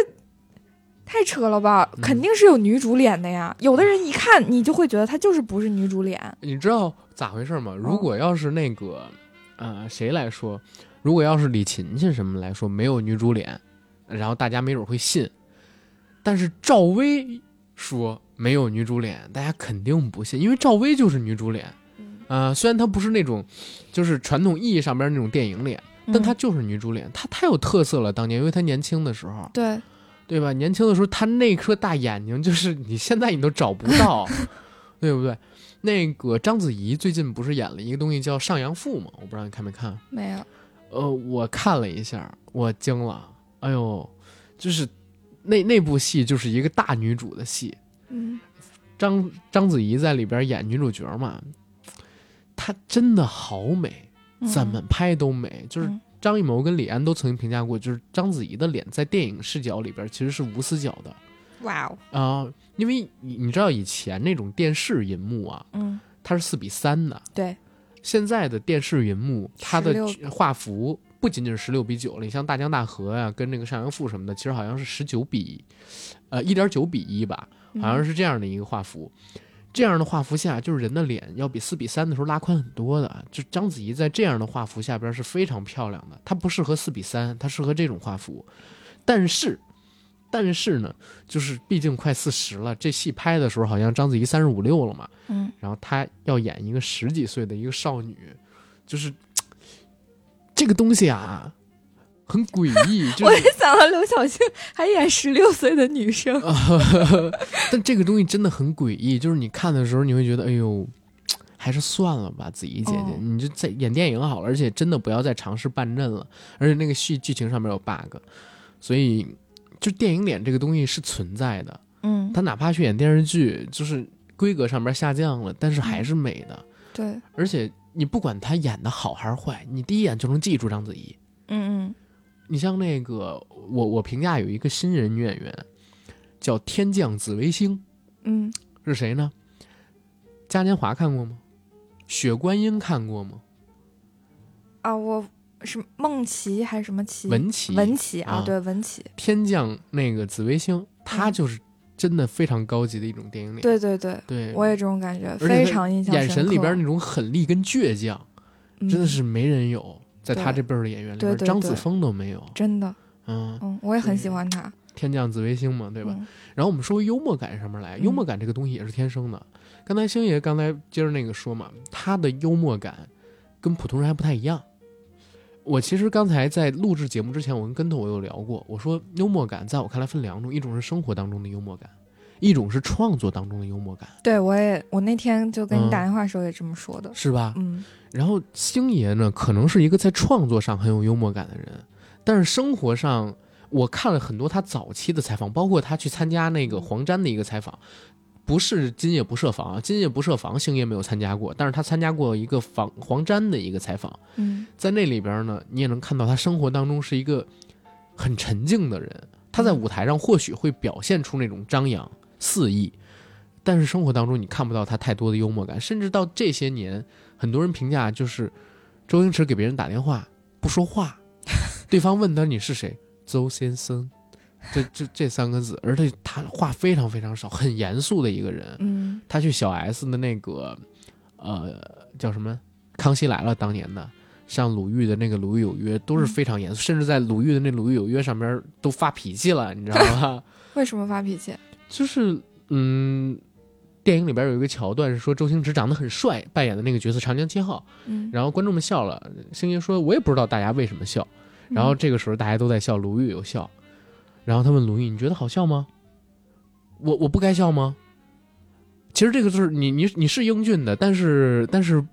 太扯了吧！
嗯
肯定是有女主脸的呀。有的人一看你就会觉得她就是不是女主脸。
你知道咋回事吗？如果要是那个，呃，谁来说，如果要是李勤勤什么来说，没有女主脸，然后大家没准会信。但是赵薇说没有女主脸，大家肯定不信，因为赵薇就是女主脸。
嗯
呃，虽然她不是那种，就是传统意义上边那种电影脸，
嗯
但她就是女主脸，她太有特色了。当年，因为她年轻的时候，
对，
对吧？年轻的时候，她那颗大眼睛，就是你现在你都找不 到，对不对？那个章子怡最近不是演了一个东西叫《上阳赋》吗？我不知道你看没看。
没有，
呃，我看了一下，我惊了，哎呦，就是那那部戏就是一个大女主的戏，
嗯，
章章子怡在里边演女主角嘛，她真的好美，
嗯
怎么拍都美。就是
嗯
张艺谋跟李安都曾经评价过，就是章子怡的脸在电影视角里边其实是无死角的
哇哦，
啊、因为你你知道以前那种电视银幕啊，
嗯，
它是四比三的，
对，
现在的电视银幕它的呃
16
画幅。不仅仅是十六比九了，你像《大江大河、呀，跟那个《上阳赋》什么的，其实好像是十九比，呃，一点九比一吧。好像
是
是这样的一个画幅。这样的画幅下，就是人的脸要比四比三的时候拉宽很多的。啊就章子怡在这样的画幅下边是非常漂亮的，她不适合四比三，她适合这种画幅。但是，但是呢，就是毕竟快四十了，这戏拍的时候好像章子怡三十五六了嘛，
嗯
然后她要演一个十几岁的一个少女，就是嘖这个东西啊，很诡异。就是
我也想到刘晓庆还演十六岁的女生，
呃但这个东西真的很诡异，就是你看的时候你会觉得，哎呦，还是算了吧，子怡姐姐，
哦
你就在演电影好了，而且真的不要再尝试扮嫩了，而且那个剧剧情上面有 bug，所以就电影脸这个东西是存在的，
嗯，
她哪怕去演电视剧，就是规格上面下降了，但是还是美的，
对，
而且你不管她演的好还是坏，你第一眼就能记住章子怡。
嗯
你像那个我我评价有一个新人女演员叫天降紫微星。
嗯
是谁呢？嘉年华看过吗？雪观音看过吗？
嗯啊，我是梦琪还是什么琪？
文琪，
文琪啊，
啊
对，文琪，
天降那个紫微星，她
嗯
就是真的非常高级的一种电影脸。
对对对，
对，
我也这种感觉，
且
非常印象
眼神
深刻
里边那种狠厉跟倔强，
嗯
真的是没人有，在
对
她这辈儿的演员里边，
对对
张
对
子枫都没有。
真的，
嗯，
嗯，我也很
对
喜欢他，
天降紫微星嘛，对吧？
嗯？
然后我们说回幽默感上面来，
嗯
幽默感这个东西也是天生的。刚才星爷刚才接着那个说嘛，他的幽默感跟普通人还不太一样。我其实刚才在录制节目之前，我跟跟头我有聊过，我说幽默感在我看来分两种，一种是生活当中的幽默感，一种是创作当中的幽默感，
对我也，我那天就跟
嗯
你打电话的时候也这么说的，
是吧？
嗯
然后星爷呢，可能是一个在创作上很有幽默感的人，但是生活上，我看了很多他早期的采访，包括他去参加那个黄沾的一个采访，不是《今夜不设防》啊，《今夜不设防》星爷没有参加过，但是他参加过一个访黄沾的一个采访，
嗯
在那里边呢，你也能看到他生活当中是一个很沉静的人。他在舞台上或许会表现出那种张扬肆意，但是生活当中你看不到他太多的幽默感。甚至到这些年，很多人评价就是周星驰给别人打电话不说话，对方问他你是谁，周先生，这这这三个字，而且他话非常非常少，很严肃的一个人。
嗯
他去小 S 的那个，呃，叫什么《康熙来了》当年的，像鲁豫的那个《鲁豫有约》都是非常严肃，甚至在鲁豫的那《鲁豫有约》上边都发脾气了，你知道吗？
为什么发脾气？
就是嗯，电影里边有一个桥段是说周星驰长得很帅，扮演的那个角色长江七号，
嗯，
然后观众们笑了，星爷说我也不知道大家为什么笑，然后
嗯
这个时候大家都在笑，鲁豫有笑，然后他问鲁豫：“你觉得好笑吗？我我不该笑吗？”其实这个就是你你你是英俊的，但是但是，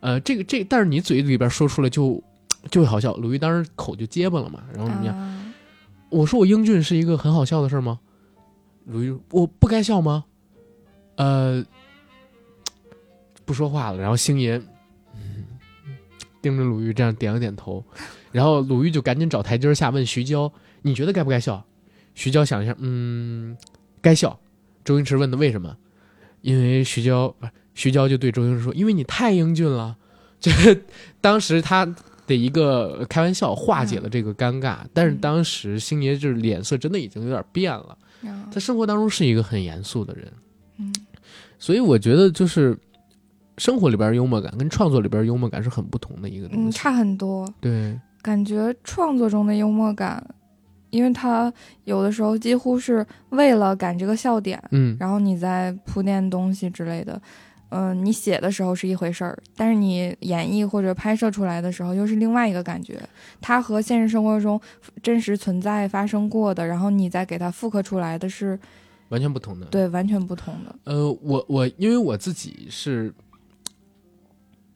呃，这个这但是你嘴里边说出来就就会好笑。鲁豫当时口就结巴了嘛，然后怎么样？
啊
我说我英俊是一个很好笑的事儿吗？鲁豫，我不该笑吗？呃，不说话了。然后星爷、嗯盯着鲁豫这样点了点头，然后鲁豫就赶紧找台阶儿下问徐娇：“你觉得该不该笑？”徐娇想一下，嗯，该笑。周星驰问的为什么？因为徐娇，不是徐娇就对周星驰说：“因为你太英俊了。”这当时他的一个开玩笑化解了这个尴尬，但
嗯
是当时星爷就是脸色真的已经有点变了。
啊
他生活当中是一个很严肃的人，
嗯
所以我觉得就是生活里边幽默感跟创作里边幽默感是很不同的一个东
嗯，
西。
差很多。
对，
感觉创作中的幽默感，因为他有的时候几乎是为了赶这个笑点，
嗯，
然后你再铺垫东西之类的。嗯、你写的时候是一回事儿，但是你演绎或者拍摄出来的时候又是另外一个感觉。它和现实生活中真实存在发生过的，然后你再给它复刻出来的是
完全不同的。
对完全不同的。
呃，我我因为我自己是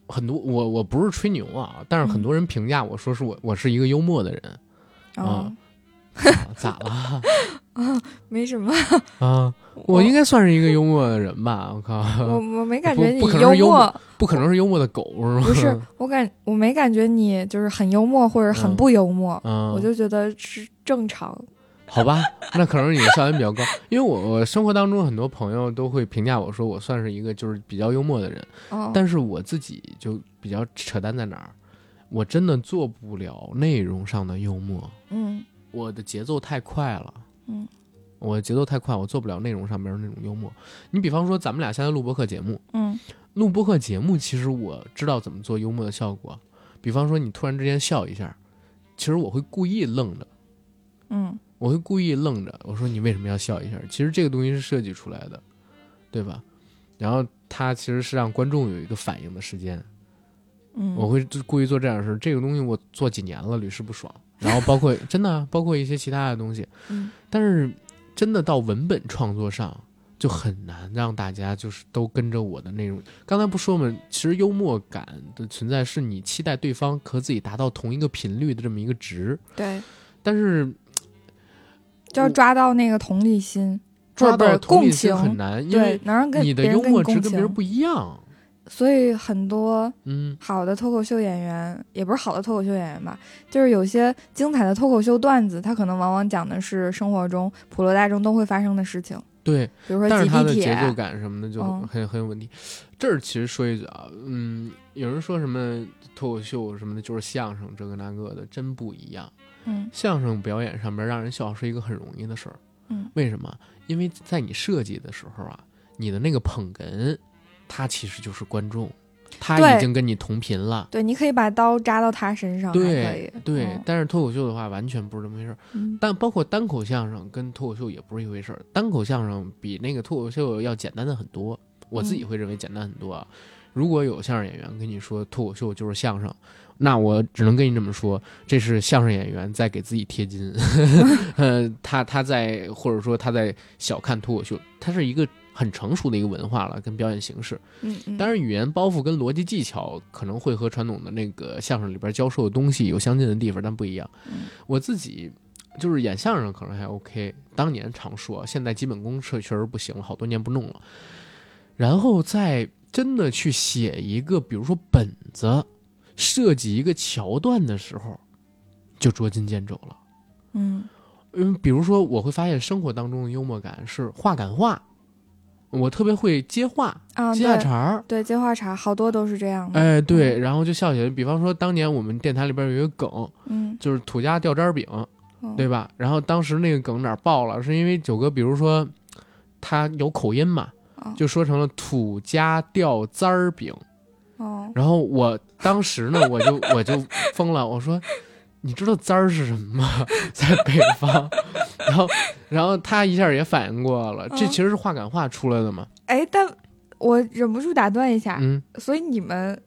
很多，我我不是吹牛啊，但是
嗯
很多人评价我说是我我是一个幽默的人，
啊，
啊咋 了
没什么，
啊？我应该算是一个幽默的人吧？我靠，
我我没感
不
觉你
不可能是幽
默，
不可能是幽默的狗是吗？
不是，我感我没感觉你就是很幽默或者很
嗯
不幽默，
嗯，
我就觉得是正常。
好吧，那可能是你的笑点比较高， 因为我我生活当中很多朋友都会评价我说我算是一个就是比较幽默的人，
哦，
但是我自己就比较扯淡在哪儿，我真的做不了内容上的幽默，
嗯
我的节奏太快了，
嗯，
我的节奏太快，我做不了内容上面的那种幽默。你比方说咱们俩现在录播客节目，
嗯
录播客节目，其实我知道怎么做幽默的效果，比方说你突然之间笑一下，其实我会故意愣着。
嗯
我会故意愣着，我说你为什么要笑一下？其实这个东西是设计出来的，对吧？然后它其实是让观众有一个反应的时间。
嗯，
我会就故意做这样的事儿，这个东西我做几年了，屡试不爽。然后包括 真的啊包括一些其他的东西，
嗯
但是真的到文本创作上就很难让大家就是都跟着我的内容。刚才不说嘛，其实幽默感的存在是你期待对方和自己达到同一个频率的这么一个值，
对，
但是
就要抓到那个同理心，
抓
或者
到同
共
理心
情，
很难，因
对
为，
能让跟
你的
别人
幽
跟你
默值
共
跟别人
情。
不一样。
所以很多
嗯
好的脱口秀演员，也不是好的脱口秀演员吧，就是有些精彩的脱口秀段子，他可能往往讲的是生活中普罗大众都会发生的事情，，
对，
比如说
但
挤
是他的
地
节奏
铁，
感什么的就
嗯
很、很有问题。这儿其实说一句啊，嗯，有人说什么脱口秀什么的，就是相声这个那个的，真不一样。
嗯
相声表演上面让人笑是一个很容易的事儿，
嗯
为什么？因为在你设计的时候啊，你的那个捧哏，他其实就是观众，他
对
已经跟你同频了。
对，你可以把刀扎到他身上，还可以
对，对，但是脱口秀的话完全不是这么回事儿。
嗯
但包括单口相声跟脱口秀也不是一回事儿。单口相声比那个脱口秀要简单的很多，我自己会认为简单很多啊。如果有相声演员跟你说脱口秀就是相声，那我只能跟你这么说，这是相声演员在给自己贴金。呃，他他在或者说他在小看脱口秀，它是一个很成熟的一个文化了，跟表演形式。
嗯嗯，
当然，语言包袱跟逻辑技巧可能会和传统的那个相声里边教授的东西有相近的地方，但不一样。
嗯
我自己就是演相声可能还 OK，当年常说，现在基本功确确实不行了，好多年不弄了。然后再真的去写一个，比如说本子，设计一个桥段的时候，就捉襟见肘了。
嗯
嗯，比如说我会发现生活当中的幽默感是话赶话，我特别会接话、
啊，
接下
对
茬儿。
对，接话茬好多都是这样的。
哎，对，然后就笑起来。比方说，当年我们电台里边有一个梗，
嗯，
就是土家掉渣饼，
嗯
对吧？然后当时那个梗哪儿爆了，是因为九哥，比如说他有口音嘛，
哦
就说成了土家掉渣儿饼。
哦，
然后我当时呢，我就我就疯了，我说。你知道渣儿是什么吗？ 在北方，然后，然后他一下也反应过来了，这
嗯
其实是话赶话出来的嘛。
哎，但我忍不住打断一下，
嗯，
所以你们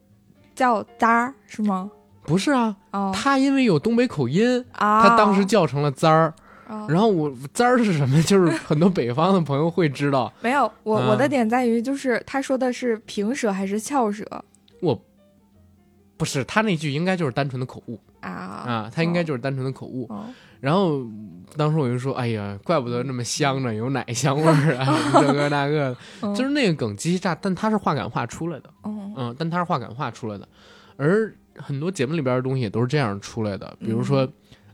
叫渣儿是吗？
不是啊，
哦
他因为有东北口音，
啊，
他当时叫成了渣儿。
哦
然后我渣儿是什么？就是很多北方的朋友会知道，
没有我、我的
嗯
点在于就是他说的是平舌还是翘舌
不是他那句应该就是单纯的口误
啊？
啊，他应该就是单纯的口误。
哦
然后当时我就说，哎呀，怪不得那么香呢，有奶香味儿 啊，这个那个的，
嗯
就是那个梗极其炸，但它是话赶话出来的，
嗯
嗯，但它是话赶话出来的，而很多节目里边的东西也都是这样出来的，比如说。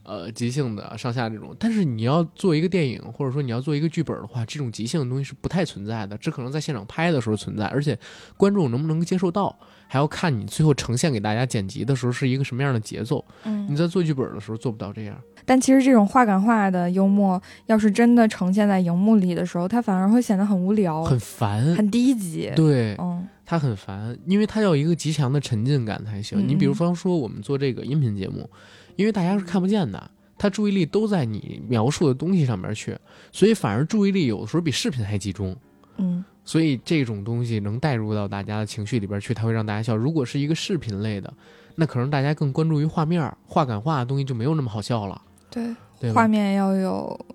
呃，即兴的上下这种，但是你要做一个电影，或者说你要做一个剧本的话，这种即兴的东西是不太存在的，只可能在现场拍的时候存在，而且观众能不能接受到，还要看你最后呈现给大家剪辑的时候是一个什么样的节奏。你
嗯，
在做剧本的时候做不到这样，
但其实这种话赶话的幽默，要是真的呈现在荧幕里的时候，它反而会显得很无聊，
很烦。
很低级。
对
嗯
他很烦，因为他要有一个极强的沉浸感才行。
嗯
你比如方说，我们做这个音频节目，因为大家是看不见的，他注意力都在你描述的东西上面去，所以反而注意力有的时候比视频还集中。
嗯
所以这种东西能带入到大家的情绪里边去，它会让大家笑。如果是一个视频类的，那可能大家更关注于画面儿、话感化的东西就没有那么好笑了，
对，
对吧
画？面要有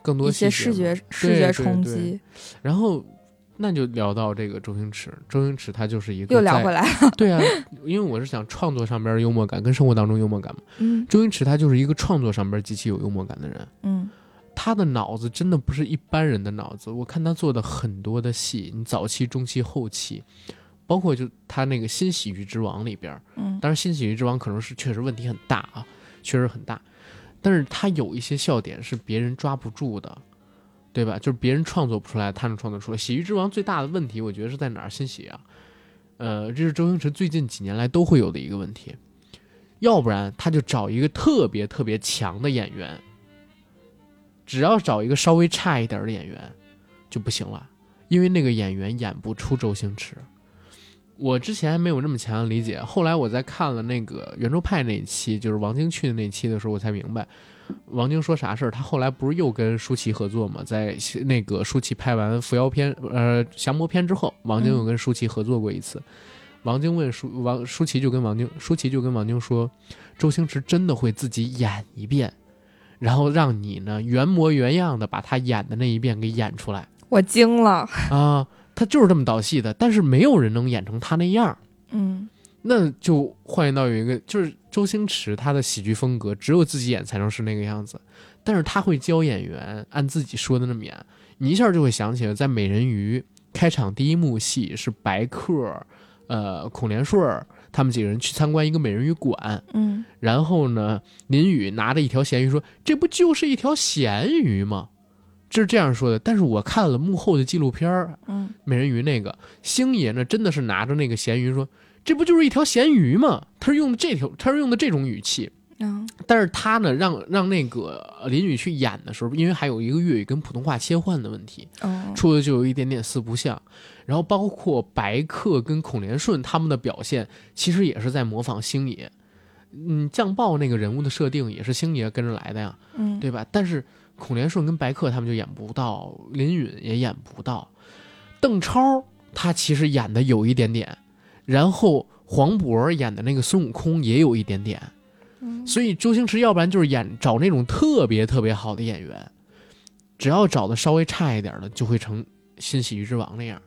更多
一些
细
视
节嘛
觉视觉
对
冲
对
击。
然后，那就聊到这个周星驰，周星驰他就是一个
又聊
在
回来，
对啊，因为我是想创作上边的幽默感跟生活当中幽默感嘛。
嗯
周星驰他就是一个创作上边极其有幽默感的人，
嗯
他的脑子真的不是一般人的脑子。我看他做的很多的戏，你早期、中期、后期，包括就他那个《新喜剧之王》里边，
嗯
当然《新喜剧之王》可能是确实问题很大啊，确实很大，但是他有一些笑点是别人抓不住的。对吧？就是别人创作不出来，他能创作出来。喜剧之王最大的问题，我觉得是在哪儿？新喜啊，呃，这是周星驰最近几年来都会有的一个问题。要不然他就找一个特别特别强的演员，只要找一个稍微差一点儿的演员就不行了，因为那个演员演不出周星驰。我之前没有那么强的理解，后来我在看了那个圆桌派那一期，就是王晶去的那一期的时候，我才明白，王晶说啥事儿。他后来不是又跟舒淇合作嘛，在那个舒淇拍完《扶摇篇》呃《降魔篇》之后，王晶
嗯
有跟舒淇合作过一次。王晶问舒王舒淇就跟王晶舒淇就跟王晶说，周星驰真的会自己演一遍，然后让你呢原模原样的把他演的那一遍给演出来。
我惊了，
啊，他就是这么导戏的，但是没有人能演成他那样儿。
嗯
那就换言到有一个，就是周星驰他的喜剧风格，只有自己演才能是那个样子，但是他会教演员按自己说的那么演，你一下就会想起来，在《美人鱼》开场第一幕戏是白客、呃孔连顺儿他们几个人去参观一个美人鱼馆，
嗯
然后呢，林雨拿着一条咸鱼说：“这不就是一条咸鱼吗？”这是这样说的，但是我看了幕后的纪录片儿，
嗯
美人鱼那个星爷呢，真的是拿着那个咸鱼说：“这不就是一条咸鱼吗？”他是用的这条，他是用的这种语气。
嗯
但是他呢，让让那个呃林雨去演的时候，因为还有一个粤语跟普通话切换的问题，
哦
出的就有一点点四不像。然后包括白客跟孔连顺他们的表现，其实也是在模仿星爷。嗯，酱爆那个人物的设定也是星爷跟着来的呀。
嗯
对吧？但是孔连顺跟白客他们就演不到，林允也演不到，邓超他其实演的有一点点，然后黄渤演的那个孙悟空也有一点点，
嗯
所以周星驰要不然就是演找那种特别特别好的演员，只要找的稍微差一点的，就会成新喜剧之王那样。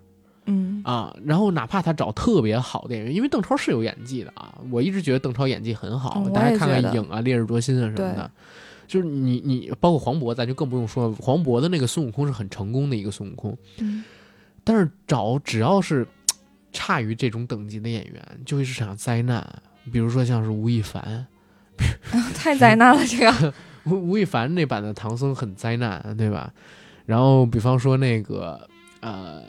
嗯
啊，然后哪怕他找特别好的演员，因为邓超是有演技的啊，我一直觉得邓超演技很好，
嗯
大
我
家
也
看
觉
看
得
影啊、烈日灼心啊什么的，就是你你包括黄渤，咱就更不用说了，黄渤的那个孙悟空是很成功的一个孙悟空，
嗯
但是找只要是差于这种等级的演员，就会是场灾难。比如说像是吴亦凡，
太灾难了，这个
吴吴亦凡那版的唐僧很灾难，对吧？然后比方说那个呃，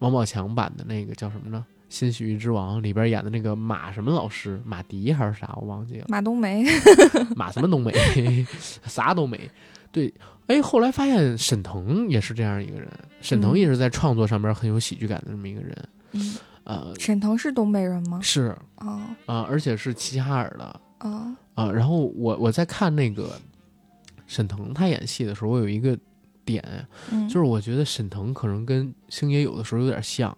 王宝强版的那个叫什么呢？《新喜剧之王》里边演的那个马什么老师，马迪还是啥，我忘记了，
马冬梅，
马什么都没， 啥都没。对，哎，后来发现沈腾也是这样一个人，沈腾
嗯
也是在创作上面很有喜剧感的这么一个人，
嗯
呃，
沈腾是东北人吗？
是
哦
啊、而且是齐齐哈尔的，
哦，
啊，然后我我在看那个沈腾他演戏的时候，我有一个点，
嗯，
就是我觉得沈腾可能跟星爷有的时候有点像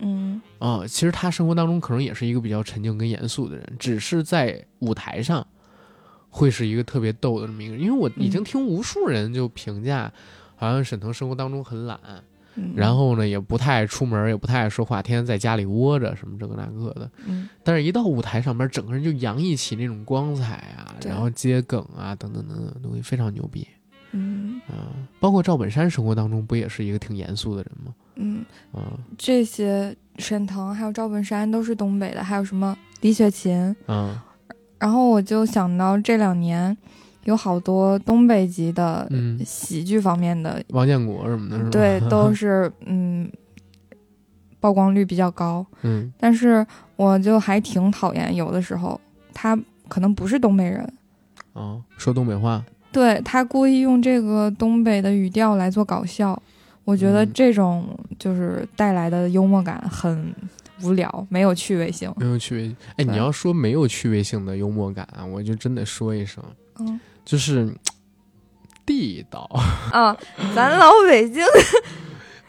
嗯
啊、其实他生活当中可能也是一个比较沉静跟严肃的人，只是在舞台上会是一个特别逗的这么一个人。因为我已经
嗯
听无数人就评价，好像沈腾生活当中很懒，
嗯，
然后呢也不太爱出门，也不太爱说话，天天在家里窝着什么这个那个的。
嗯
但是，一到舞台上边，整个人就洋溢起那种光彩啊，
对
然后接梗啊，等等等等的东西，非常牛逼
嗯
啊、包括赵本山生活当中不也是一个挺严肃的人吗？
嗯，
啊、
这些沈腾还有赵本山都是东北的，还有什么李雪琴，
啊，
然后我就想到这两年有好多东北籍的
嗯，
喜剧方面的，
王建国什么的，是吧？
对，都是嗯曝光率比较高，
嗯
但是我就还挺讨厌，有的时候他可能不是东北人，
啊，说东北话，
对他故意用这个东北的语调来做搞笑，我觉得
嗯
这种就是带来的幽默感很无聊，没有趣味性。
没有趣味。哎，你
对
要说没有趣味性的幽默感啊，我就真得说一声，
嗯
就是地道。
啊，咱老北京，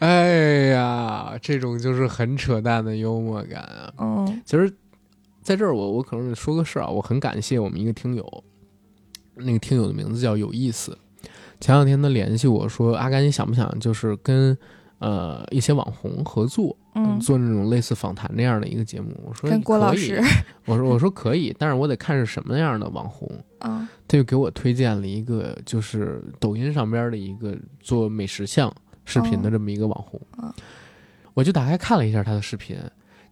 哎呀，这种就是很扯淡的幽默感啊。
嗯
其实在这儿我我可能得说个事儿啊，我很感谢我们一个听友，那个听友的名字叫有意思。前两天他联系我说，阿甘你想不想就是跟呃一些网红合作，
嗯，
做那种类似访谈那样的一个节目？我说
跟郭老
可以
师，
我说我说可以，但是我得看是什么样的网红。
啊
他就给我推荐了一个，就是抖音上边的一个做美食像视频的这么一个网红，
哦
我就打开看了一下他的视频，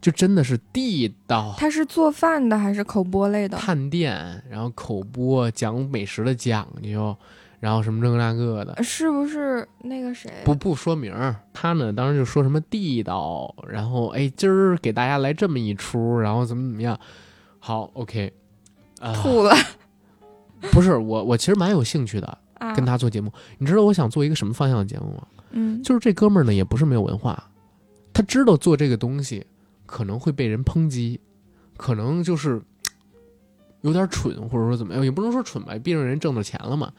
就真的是地道
他是做饭的还是口播类的？
探店，然后口播讲美食的讲究，然后什么这个那个的，
呃是不是那个谁？
不啊不说名儿。他呢当时就说什么地道，然后哎今儿给大家来这么一出，然后怎么怎么样。好，OK，啊、
吐 了
不是我我其实蛮有兴趣的
啊！
跟他做节目，你知道我想做一个什么方向的节目吗？
嗯，
就是这哥们儿呢也不是没有文化，他知道做这个东西可能会被人抨击，可能就是嘖有点蠢，或者说怎么样，也不能说蠢吧，毕竟人挣着钱了嘛。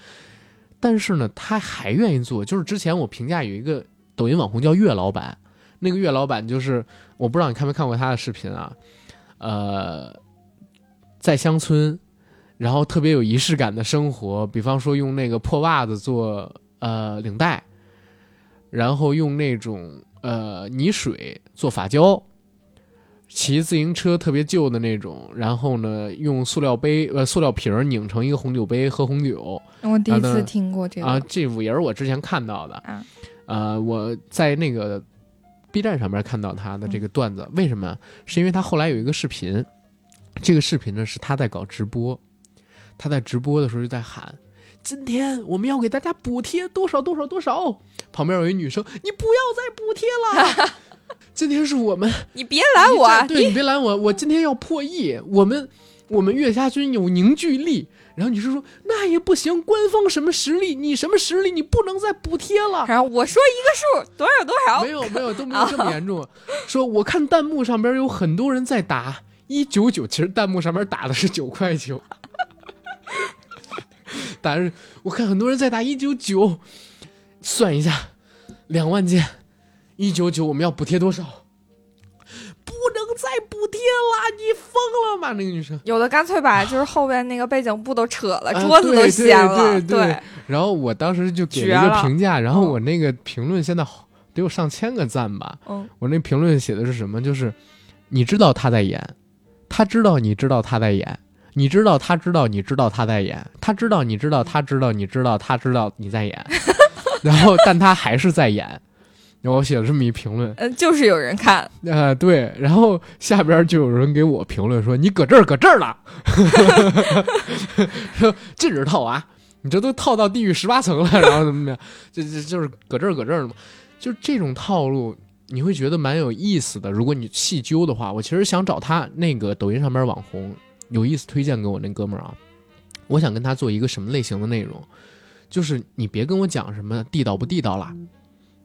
但是呢，他还愿意做。就是之前我评价有一个抖音网红叫岳老板，那个岳老板就是我不知道你看没看过他的视频啊，呃，在乡村，然后特别有仪式感的生活，比方说用那个破袜子做呃领带，然后用那种呃泥水做发胶，骑自行车特别旧的那种，然后呢用塑料杯呃塑料瓶儿拧成一个红酒杯喝红酒
我第一
啊那
次听过这个
啊，这也是我之前看到的
啊，
呃，我在那个 B 站上面看到他的这
嗯
个段子，为什么？是因为他后来有一个视频，这个视频呢是他在搞直播，他在直播的时候就在喊。今天我们要给大家补贴多少多少多少，旁边有一女生，你不要再补贴了。 今天是我们
你别拦我啊，
对你别拦我，我今天要破亿，我们我们岳家军有凝聚力。然后你是说那也不行，官方什么实力，你什么实力，你不能再补贴了。
然后我说一个数多少多少
没，有没有都
啊
没有这么严重。说我看弹幕上边有很多人在打一九九，其实弹幕上边打的是九块九， 打是我看很多人在打一九九，算一下，两万件，一九九我们要补贴多少？不能再补贴了，你疯了吧？那个女生。
有的干脆把就是后边那个背景布都扯了，
啊
桌子
对
都掀了，
对对对然后我当时就给了
绝
一个
了
评价，然后
嗯
我那个评论现在好得有上千个赞吧，
嗯
我那评论写的是什么？就是你知道他在演，他知道你知道他在演，你知道他知道你知道他在演，他知道你知道他知道你知道他知道你在演， 然后但他还是在演。然后我写了这么一评论，
嗯，就是有人看，
呃，对，然后下边就有人给我评论说：“你搁这儿搁这儿了， 说禁止套娃，你这都套到地狱十八层了，然后怎么怎么样，这这就是搁这儿搁这儿了嘛。”就这种套路，你会觉得蛮有意思的。如果你细究的话，我其实想找他那个抖音上边网红有意思推荐给我那哥们儿啊，我想跟他做一个什么类型的内容，就是你别跟我讲什么地道不地道啦。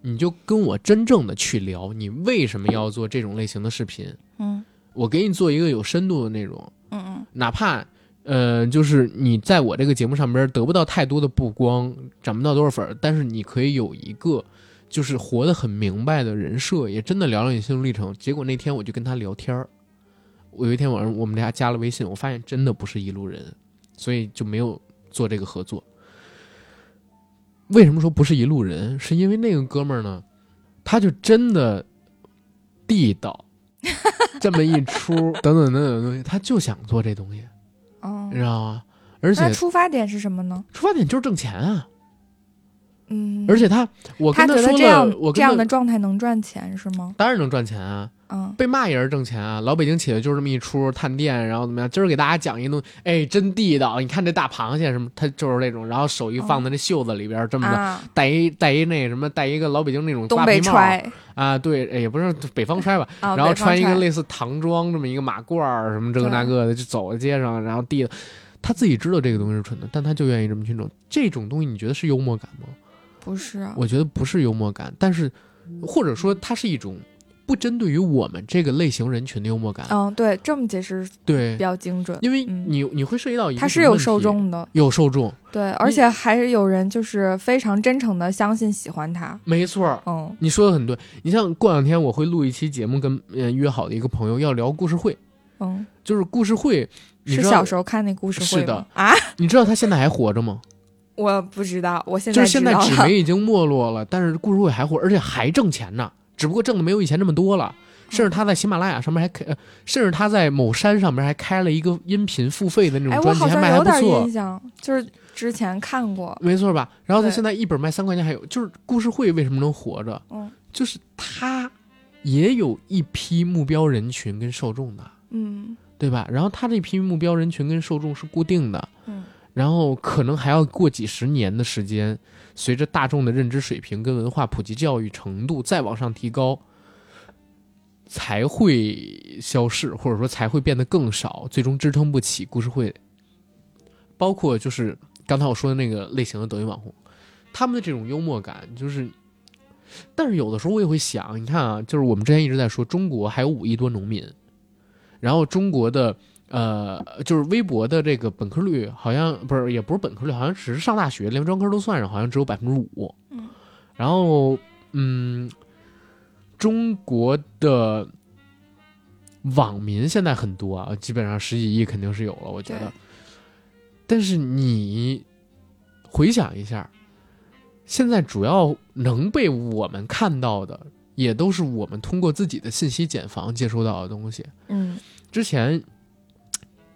你就跟我真正的去聊，你为什么要做这种类型的视频？
嗯
我给你做一个有深度的内容，
嗯
哪怕呃，就是你在我这个节目上边得不到太多的曝光，涨不到多少粉儿，但是你可以有一个就是活得很明白的人设，也真的聊聊你心路历程。结果那天我就跟他聊天儿，我有一天晚上我们俩加了微信，我发现真的不是一路人，所以就没有做这个合作。为什么说不是一路人？是因为那个哥们儿呢，他就真的地道， 这么一出等等等等东西，他就想做这东西。
嗯，哦
你，知道吗？而且
那出发点是什么呢？
出发点就是挣钱啊！
嗯，
而且他，我
他
跟
觉
说
得这
了
样，
我
这
跟
样
他
的状态能赚钱是吗？
当然能赚钱啊，
嗯，
被骂也是挣钱啊。老北京起的就是这么一出探店，然后怎么样？今儿给大家讲一弄，哎，真地道！你看这大螃蟹什么，他就是那种，然后手一放在那袖子里边，这么着，
啊，
戴一戴一那什么，戴一个老北京那种
东
瓜
北
皮帽
揣
啊，对，哎也不是北方揣吧，
啊，
然后
北方
穿一个
揣
类似唐装这么一个马褂儿啊什么这个那
对
个的，就走在街上，然后递，他自己知道这个东西是蠢的，但他就愿意这么去弄。这种东西你觉得是幽默感吗？
不是啊，
我觉得不是幽默感，但是或者说它是一种不针对于我们这个类型人群的幽默感。
嗯，对，这么解释
对
比，较精准，
因为
嗯
你你会涉及到一个
它是
什么
有
问
受
题，嗯
众的，
有受众，
对，而且还是有人就是非常真诚的相信喜欢他，
没错儿。
嗯
你说的很对，你像过两天我会录一期节目跟，呃约好的一个朋友要聊故事会，
嗯，
就是故事会，你
是
知道
小时候看那故事
是
会
的
吗？啊，
你知道他现在还活着吗？
我不知道，我现
就
在
是现在
知道
纸
了
媒已经没落了，但是故事会还火，而且还挣钱呢，只不过挣的没有以前那么多了。甚至
嗯
他在喜马拉雅上面还开，呃甚至他在某山上面还开了一个音频付费的那
哎，
种专
我
辑，
好
还
像
卖还
有
不
点
错
印，象，就是之前看过，
没错吧？然后他
对
现在一本卖三块钱，还有就是故事会为什么能活着？
嗯
就是他也有一批目标人群跟受众的，
嗯
对吧？然后他这批目标人群跟受众是固定的，
嗯
然后可能还要过几十年的时间，随着大众的认知水平跟文化普及教育程度再往上提高，才会消逝，或者说才会变得更少，最终支撑不起故事会。包括就是刚才我说的那个类型的抖音网红，他们的这种幽默感，就是，但是有的时候我也会想，你看啊，就是我们之前一直在说，中国还有五亿多农民，然后中国的呃，就是微博的这个本科率好像不是，也不是本科率，好像只是上大学，连专科都算上，好像只有百分之五。
嗯，
然后嗯，中国的网民现在很多啊，基本上十几亿肯定是有了，我觉得
对。
但是你回想一下，现在主要能被我们看到的，也都是我们通过自己的信息茧房接收到的东西。
嗯
之前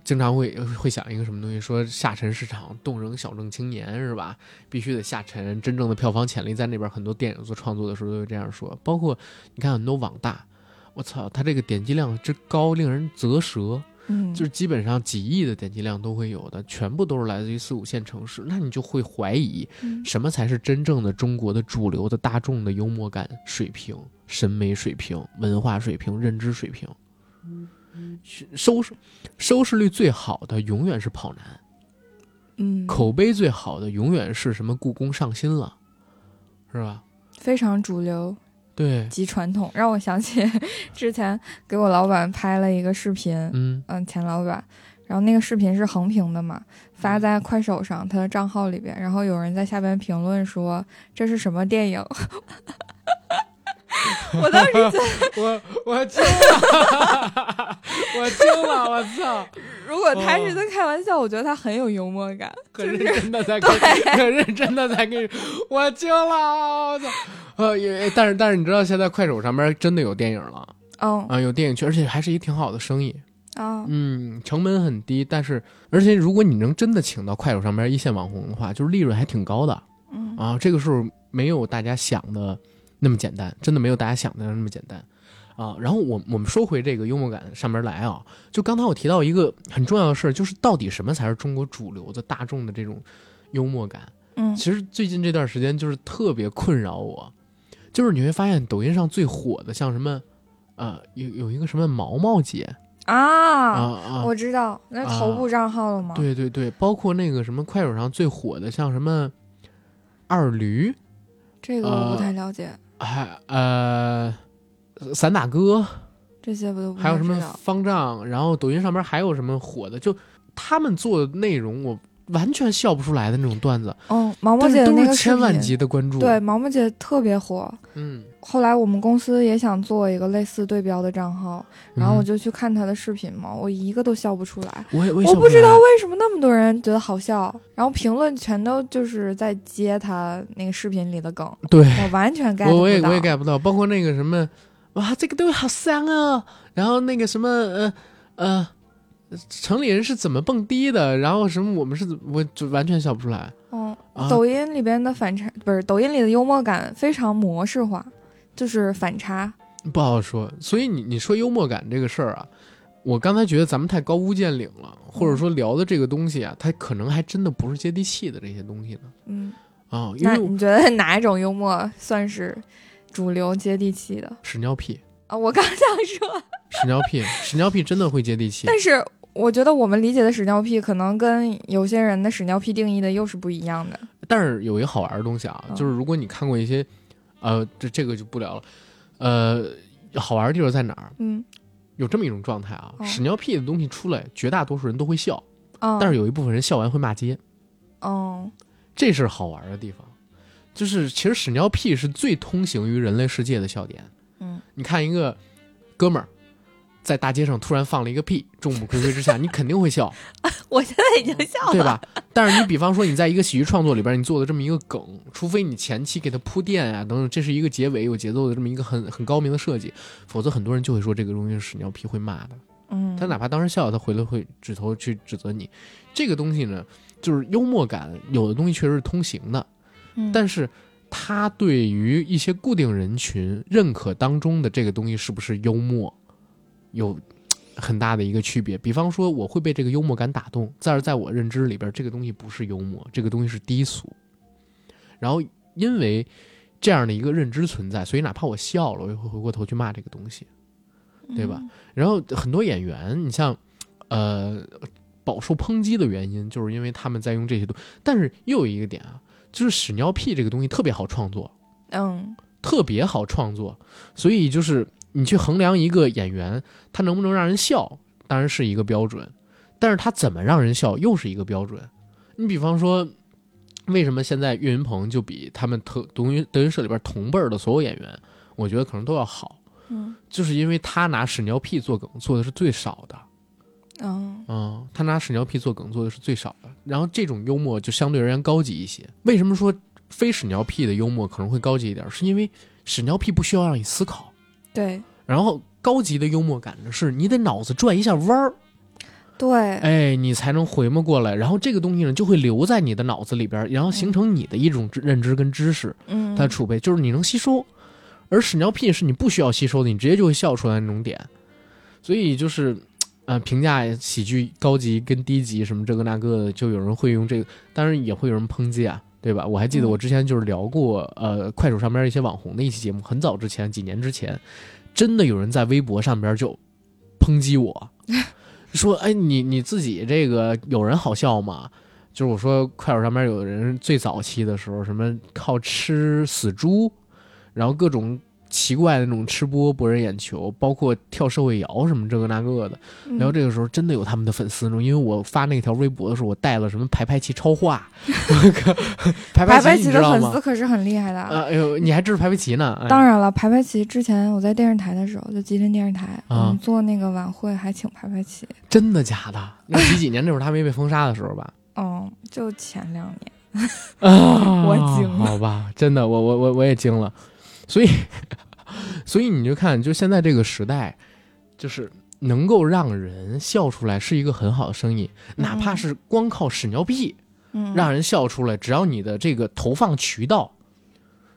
经常会呃会想一个什么东西，说下沉市场动人小镇青年是吧？必须得下沉，真正的票房潜力在那边。很多电影做创作的时候都会这样说，包括你看很多网大，我操，它这个点击量之高，令人啧舌。
嗯，
就是基本上几亿的点击量都会有的，全部都是来自于四五线城市，那你就会怀疑
嗯
什么才是真正的中国的主流的大众的幽默感水平、审美水平、文化水平、认知水平。收视收视率最好的永远是跑男，
嗯
口碑最好的永远是什么故宫上新了，是吧？
非常主流。
对，
极传统，让我想起 之前给我老板拍了一个视频，
嗯
嗯，前老板，然后那个视频是横屏的嘛，发
嗯
在快手上他的账号里边，然后有人在下边评论说这是什么电影， 我当时
我我惊了， 我惊了，我操！
如果他是
哦
在开玩笑，我觉得他很有幽默感，
可认真的在跟， 可认真的在跟，我惊了，我操！呃，也但是但是你知道现在快手上面真的有电影了
嗯
啊，有电影去，而且还是一挺好的生意。
啊，
嗯，成本很低，但是而且如果你能真的请到快手上边一线网红的话，就是利润还挺高的
嗯
啊。这个时候没有大家想的那么简单，真的没有大家想的那么简单啊。然后我我们说回这个幽默感上边来啊，就刚才我提到一个很重要的事儿，就是到底什么才是中国主流的大众的这种幽默感？
嗯
其实最近这段时间就是特别困扰我，就是你会发现抖音上最火的像什么，呃，有有一个什么毛毛姐啊
啊，
啊，
我知道，那
啊
头部账号了吗？
对对对，包括那个什么快手上最火的像什么二驴，
这个
啊
我不太了解，
还呃散打哥，
这些我都不
还有
太
什么
知道。
方丈，然后抖音上面还有什么火的，就他们做的内容我完全笑不出来的那种段子，
嗯，毛毛
但
姐
是
的
都
那
是
个视
千万
频，
级的关注，
对，，毛毛姐特别火。
嗯，
后来我们公司也想做一个类似对标的账号，然后我
嗯
就去看她的视频嘛，我一个都笑不出来。
我也我也笑
我不知
来
道为什么那么多人觉得好笑，然后评论全都就是在接她那个视频里的梗，
对。
我完全 get
我我也
不
我也
到。
get 不到，包括那个什么，哇，这个东西好香啊！然后那个什么，呃呃，城里人是怎么蹦迪的？然后什么，我们是怎我就完全笑不出来
嗯，
啊！
抖音里边的反差不是抖音里的幽默感非常模式化，就是反差。
不好说。所以你你说幽默感这个事儿啊，我刚才觉得咱们太高屋建瓴了，或者说聊的这个东西啊，它可能还真的不是接地气的这些东西呢
嗯，
啊，因
那
为我
你觉得哪一种幽默算是主流接地气的
屎尿屁，
啊？我刚想 说，
屎尿屁，屎尿屁真的会接地气。
但是我觉得我们理解的屎尿屁，可能跟有些人的屎尿屁定义的又是不一样的。
但是有一个好玩的东西啊，
嗯
就是如果你看过一些，呃，这这个就不聊了。呃，好玩的地方在哪儿？
嗯
有这么一种状态啊，
哦
屎尿屁的东西出来，绝大多数人都会笑，
啊，
但是有一部分人笑完会骂街，
嗯
这是好玩的地方。就是其实屎尿屁是最通行于人类世界的笑点。
嗯，
你看一个哥们儿在大街上突然放了一个屁，众目睽睽之下，你肯定会笑。
我现在已经笑了，
对吧？但是你比方说你在一个喜剧创作里边，你做的这么一个梗，除非你前期给它铺垫啊等等，这是一个结尾有节奏的这么一个很很高明的设计，否则很多人就会说这个东西是屎尿屁，会骂的。
嗯，
他哪怕当时笑，他回来会指头去指责你。这个东西呢，就是幽默感，有的东西确实是通行的，
嗯，
但是他对于一些固定人群认可当中的这个东西是不是幽默，有很大的一个区别。比方说，我会被这个幽默感打动，但是在我认知里边，这个东西不是幽默，这个东西是低俗。然后因为这样的一个认知存在，所以哪怕我笑了，我也会回过头去骂这个东西。
嗯
对吧然后很多演员，你像，呃，饱受抨击的原因，就是因为他们在用这些东但是又有一个点啊，就是屎尿屁这个东西特别好创作，
嗯？
特别好创作，所以就是你去衡量一个演员他能不能让人笑，当然是一个标准，但是他怎么让人笑又是一个标准。你比方说，为什么现在岳云鹏就比他们德德云德云社里边同辈儿的所有演员，我觉得可能都要好。
嗯嗯
就是因为他拿屎尿屁做梗做的是最少的，
嗯
嗯，他拿屎尿屁做梗做的是最少的。然后这种幽默就相对而言高级一些。为什么说非屎尿屁的幽默可能会高级一点？是因为屎尿屁不需要让你思考，
对
然后高级的幽默感呢，是你得脑子转一下弯儿，
对，
哎，你才能回摸过来。然后这个东西呢，就会留在你的脑子里边儿，然后形成你的一种知认知跟知识。
嗯，
它的储备，就是你能吸收。而屎尿屁是你不需要吸收的，你直接就会笑出来那种点。所以就是，呃，评价喜剧高级跟低级什么这个那个的，就有人会用这个，当然也会有人抨击啊，对吧？我还记得
嗯
我之前就是聊过，呃，快手上边一些网红的一期节目，很早之前，几年之前，真的有人在微博上边就抨击我，说，哎，你你自己这个有人好笑吗？就是我说快手上面有人最早期的时候，什么靠吃死猪，然后各种奇怪的那种吃播博人眼球，包括跳社会摇什么这个那个的。
嗯
然后这个时候真的有他们的粉丝呢，因为我发那条微博的时候，我带了什么排排齐超 话，排
白
排
白
齐
棋
你
的
知道
粉丝
吗？
可是很厉害的。
啊，哎呦，你还支持排排齐呢？哎
当然了，排排棋之前我在电视台的时候，就吉林电视台，
啊
我们做那个晚会还请排排棋。
真的假的？那几几年那会儿他没被封杀的时候吧？
嗯，就前两年。
啊，
我惊了
好吧，真的，我我我我也惊 了，所以所以你就看，就现在这个时代，就是能够让人笑出来是一个很好的生意，哪怕是光靠屎尿屁
嗯，
让人笑出来，只要你的这个投放渠道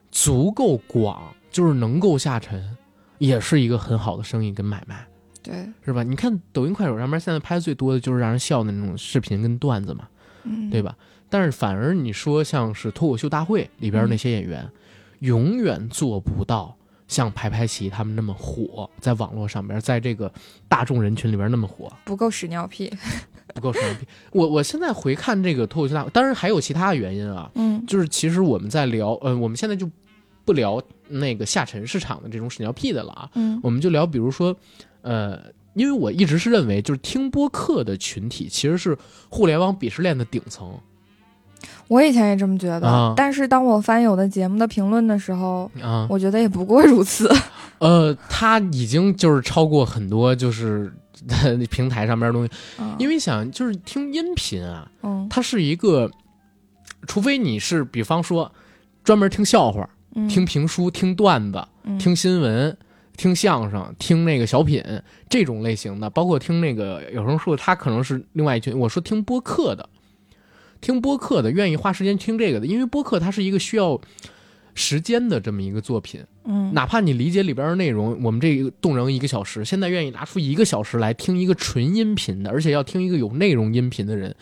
足够广，就是能够下沉，也是一个很好的生意跟买卖，
对，
是吧？你看抖音、快手上面现在拍最多的就是让人笑的那种视频跟段子嘛，
嗯，
对吧？但是反而你说像是脱口秀大会里边那些演员，永远做不到像排排齐他们那么火，在网络上边，在这个大众人群里边那么火，
不够屎尿屁，
不够牛逼。我我现在回看这个脱口秀大会，当然还有其他的原因啊，
嗯
就是其实我们在聊，呃，我们现在就不聊那个下沉市场的这种屎尿屁的了啊，
嗯
我们就聊，比如说，呃，因为我一直是认为，就是听播客的群体其实是互联网鄙视链的顶层。
我以前也这么觉得，
啊
但是当我翻有的节目的评论的时候，
啊，
我觉得也不过如此。
呃，它已经就是超过很多就是 平台上面的东西， 因
为
为想就是听音频啊，
嗯
它是一个，除非你是比方说专门听笑话、
嗯
听评书、听段子、
嗯
听新闻、听相声、听那个小品这种类型的，包括听那个有声书，它可能是另外一群。我说听播客的，听播客的愿意花时间听这个的，因为播客它是一个需要时间的这么一个作品。
嗯
哪怕你理解里边的内容，我们这个动人一个小时，现在愿意拿出一个小时来听一个纯音频的，而且要听一个有内容音频的人，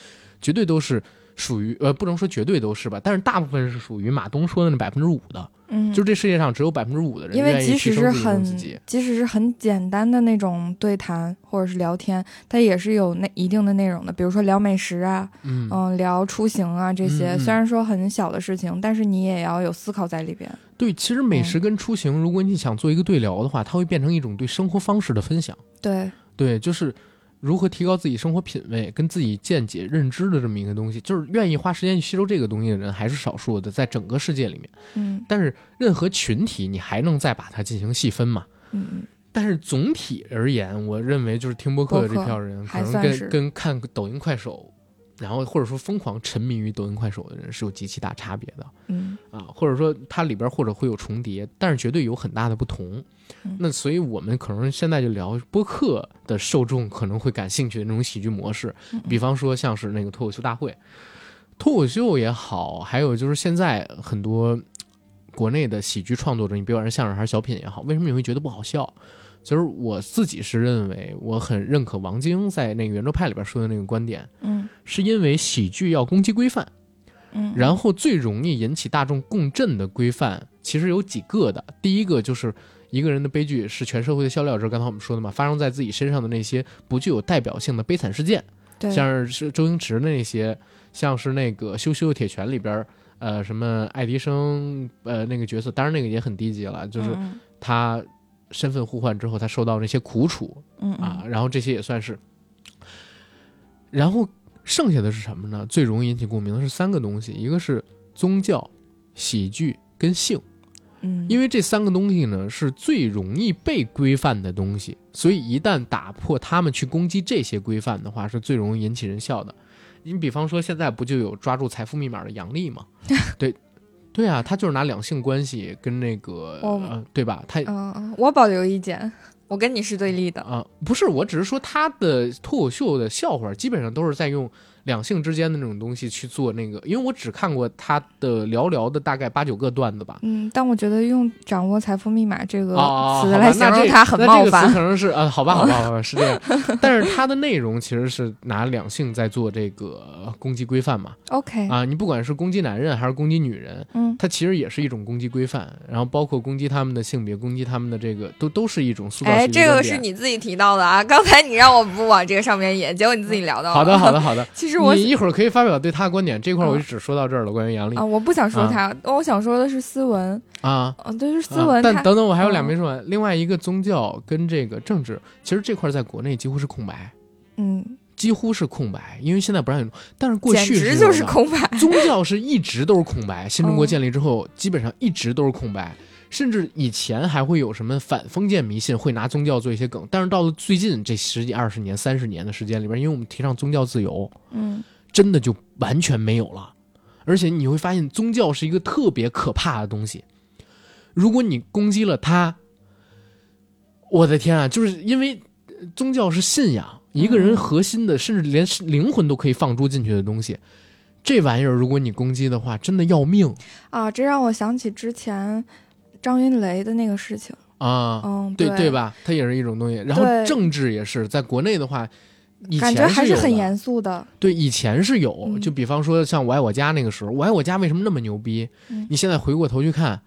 绝对都是属于呃，不能说绝对都是吧，但是大部分是属于马东说的那百分之五的，
嗯
就这世界上只有百分之五的人
因为
愿意
即
提
使
升
是
自己
很
自己。
即使是很简单的那种对谈或者是聊天，它也是有那一定的内容的，比如说聊美食啊，
嗯，
嗯，聊出行啊这些，
嗯嗯
虽然说很小的事情，但是你也要有思考在里边。
对，其实美
嗯
食跟出行，如果你想做一个对聊的话，它会变成一种对生活方式的分享。
对，
对，就是如何提高自己生活品味跟自己见解认知的这么一个东西，就是愿意花时间去吸收这个东西的人还是少数的，在整个世界里面。
嗯
但是任何群体，你还能再把它进行细分嘛？
嗯嗯，
但是总体而言，我认为就是听播客的这票人，
播客
可
还
能
算是
跟跟看抖音、快手，然后或者说疯狂沉迷于抖音、快手的人是有极其大差别的。
嗯
啊，或者说它里边或者会有重叠，但是绝对有很大的不同
嗯。
那所以我们可能现在就聊播客的受众可能会感兴趣的那种喜剧模式，
嗯
比方说像是那个脱口秀大会，脱口秀也好，还有就是现在很多国内的喜剧创作者，你别管是相声还是小品也好，为什么你会觉得不好笑？就是我自己是认为，我很认可王晶在那个圆桌派里边说的那个观点，
嗯
是因为喜剧要攻击规范。
嗯，
然后最容易引起大众共振的规范，其实有几个的。第一个就是一个人的悲剧是全社会的笑料，这是刚才我们说的嘛，发生在自己身上的那些不具有代表性的悲惨事件，
对，
像是周星驰的那些，像是那个《羞羞的铁拳》里边儿，呃，什么爱迪生，呃，那个角色，当然那个也很低级了，就是
嗯
他身份互换之后，他受到那些苦楚，
嗯嗯
啊，然后这些也算是。然后剩下的是什么呢？最容易引起共鸣的是三个东西，一个是宗教、喜剧跟性，
嗯，
因
为
为这三个东西呢是最容易被规范的东西，所以一旦打破他们去攻击这些规范的话，是最容易引起人笑的。你比方说，现在不就有抓住财富密码的杨笠 吗？对，对啊，他就是拿两性关系跟那个，
我
呃、对吧？他
哦嗯，我保留意见，我跟你是对立的。
啊、不是，我只是说他的脱口秀的笑话基本上都是在用两性之间的那种东西去做那个，因为我只看过他的寥寥的大概八九个段子吧。
嗯，但我觉得用“掌握财富密码”这个
哦，
呃词
好吧
来形
那
容
这
它很
那
冒
这个词
犯。
可能是啊，好吧，好吧，好吧，是这样。但是它的内容其实是拿两性在做这个攻击规范嘛，
OK，
啊，你不管是攻击男人还是攻击女人，
嗯
它其实也是一种攻击规范，然后包括攻击他们的性别，攻击他们的这个，都都是一种塑造
哎，
喜剧
这个
观
是
点。
你自己提到的啊！刚才你让我不往这个上面演，结果你自己聊到了。
嗯好的，好 的，好的。
其实我哦
你一会儿可以发表对他的观点，这块儿我
嗯
就只说到这儿了。关于杨笠
啊，我不想说
啊
他，我想说的是斯文。
啊，
嗯，对，就是斯
啊
文他。
但等等，我还有俩
嗯
没说完。另外一个宗教跟这个政治，其实这块儿在国内几乎是空白，
嗯，
几乎是空白，因为现在不让你。但是过
简
去
直
有
就是
的
空白。
宗教是一直都是空白。新中国
嗯
建立之后，基本上一直都是空白，甚至以前还会有什么反封建迷信，会拿宗教做一些梗。但是到了最近这十几、二十年、三十年的时间里边，因为我们提倡宗教自由，
嗯
真的就完全没有了。而且你会发现，宗教是一个特别可怕的东西。如果你攻击了它，我的天啊！就是因为宗教是信仰，一个人核心的，甚至连灵魂都可以放逐进去的东西。这玩意儿，如果你攻击的话，真的要命
啊！这让我想起之前张云雷的那个事情。
啊！
嗯，
对
对？
吧？它也是一种东西。然后
对
政治也是，在国内的话，以
感
前
觉还
是有的
很严肃的。
对，以前是有，
嗯
就比方说像《我爱我家》那个时候，《我爱我家》为什么那么牛逼？
嗯
你现在回过头去看，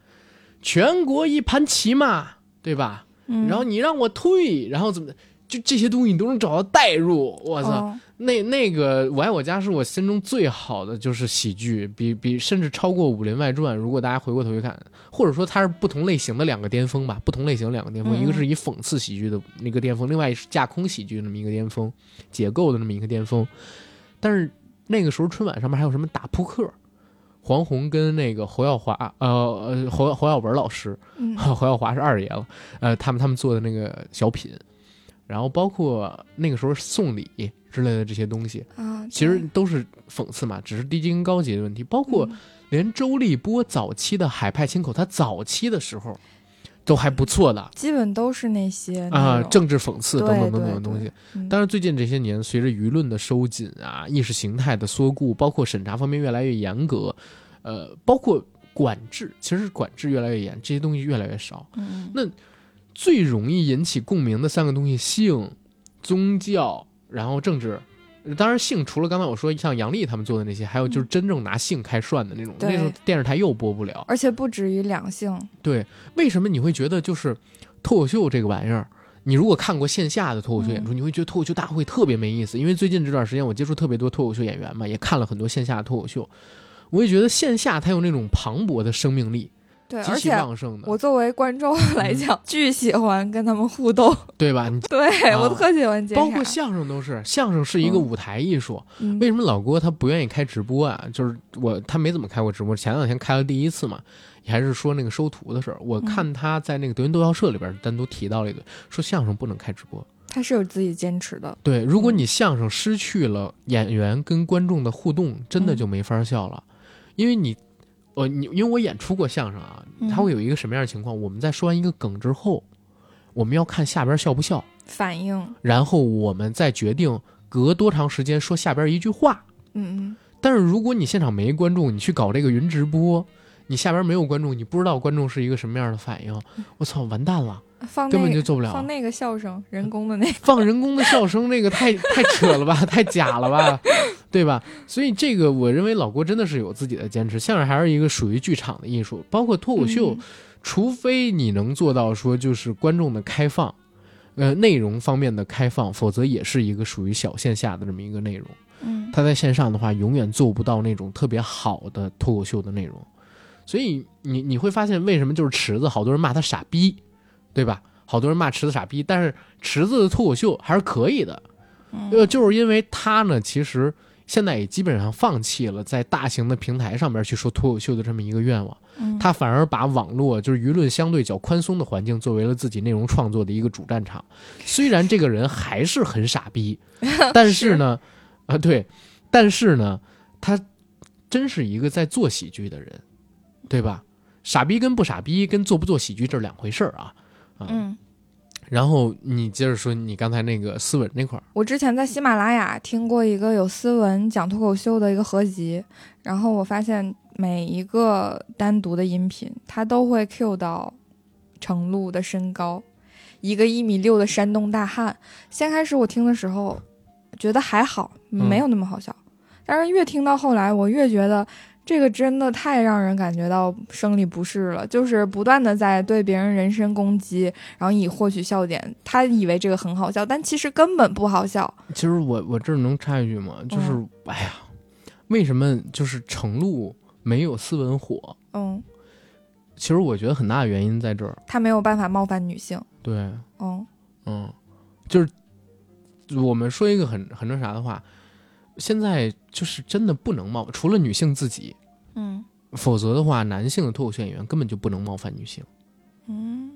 全国一盘棋嘛，对吧？
嗯，
然后你让我退，然后怎么？就这些东西你都能找到代入，我操！
嗯
那那个《我爱我家》是我心中最好的就是喜剧，比比甚至超过《武林外传》。如果大家回过头去看，或者说它是不同类型的两个巅峰吧，不同类型的两个巅峰，
嗯嗯
一个是以讽刺喜剧的那个巅峰，另外是架空喜剧的那么一个巅峰，解构的那么一个巅峰。但是那个时候春晚上面还有什么打扑克，黄宏跟那个侯耀华，呃呃侯侯耀文老师，
嗯
侯耀华是二爷了，呃，他们他们做的那个小品，然后包括那个时候送礼之类的这些东西，
啊，
其实
对
都是讽刺嘛，只是低级跟高级的问题。包括
嗯
连周立波早期的海派清口，他早期的时候都还不错的
基本都是那些
啊、
内容
政治讽刺等等等
对
等
对
的东西。
嗯
当然，最近这些年，随着舆论的收紧啊，意识形态的缩固，包括审查方面越来越严格，呃，包括管制，其实管制越来越严，这些东西越来越少。
嗯
那最容易引起共鸣的三个东西：性、宗教，然后政治。当然，性除了刚才我说像杨笠他们做的那些，还有就是真正拿性开涮的那种，
嗯对
那种电视台又播不了。
而且不止于两性，
对，为什么你会觉得就是脱口秀这个玩意儿？你如果看过线下的脱口秀演
嗯
出，你会觉得脱口秀大会特别没意思。因为最近这段时间我接触特别多脱口秀演员嘛，也看了很多线下的脱口秀，我也觉得线下它有那种磅礴的生命力，
对，
极
而
其
且
旺盛的，嗯
我作为观众来讲，巨喜欢跟他们互动，
对吧？你
对
啊
我特喜欢接
包括
茬
相声都是，相声是一个
嗯
舞台艺术。
嗯
为什么老郭他不愿意开直播啊？就是我他没怎么开过直播，前两天开了第一次嘛，还是说那个收徒的事儿。我看他在那个德云斗笑社里边单独提到了一个，说相声不能开直播。
他是有自己坚持的，
对，如果你相声失去了演员跟观众的互动，真的就没法笑了，因为你，呃，你因为我演出过相声啊，
嗯
它会有一个什么样的情况？我们在说完一个梗之后，我们要看下边笑不笑。
反应，
然后我们再决定隔多长时间说下边一句话。
嗯嗯，
但是如果你现场没观众，你去搞这个云直播，你下边没有观众，你不知道观众是一个什么样的反应，我操，完蛋了，
嗯放
根
那
本就
个
做不了嗯
放
了。
那个笑声，人工的那个，
放人工的笑声，那个 太太扯了吧，太假了吧，对吧？所以这个我认为老郭真的是有自己的坚持，相声还是一个属于剧场的艺术，包括脱口秀，
嗯
除非你能做到说就是观众的开放，呃，内容方面的开放，否则也是一个属于小线下的这么一个内容。
嗯，
他在线上的话，永远做不到那种特别好的脱口秀的内容。所以你你会发现，为什么就是池子，好多人骂他傻逼，对吧？好多人骂池子傻逼，但是池子的脱口秀还是可以的，
嗯
呃，就是因为他呢，其实现在也基本上放弃了在大型的平台上面去说脱口秀的这么一个愿望，
嗯
他反而把网络就是舆论相对较宽松的环境作为了自己内容创作的一个主战场。虽然这个人还是很傻逼，但是呢，啊对，但是呢，他真是一个在做喜剧的人，对吧？傻逼跟不傻逼跟做不做喜剧这是两回事儿啊。啊
嗯，
然后你接着说你刚才那个斯文那块儿，
我之前在喜马拉雅听过一个有斯文讲脱口秀的一个合集，然后我发现每一个单独的音频，他都会 cue 到程璐的身高，一个一米六的山东大汉。先开始我听的时候，觉得还好，没有那么好笑，但是越听到后来，我越觉得。这个真的太让人感觉到生理不适了，就是不断的在对别人人身攻击，然后以获取笑点。他以为这个很好笑，但其实根本不好笑。
其实我我这儿能插一句吗？就是、哎呀，为什么就是程璐没有斯文火？
嗯，
其实我觉得很大的原因在这儿，
他没有办法冒犯女性。
对，
嗯
嗯，就是我们说一个很很那啥的话，现在就是真的不能冒，除了女性自己，
嗯
否则的话，男性的脱口秀演员根本就不能冒犯女性。
嗯，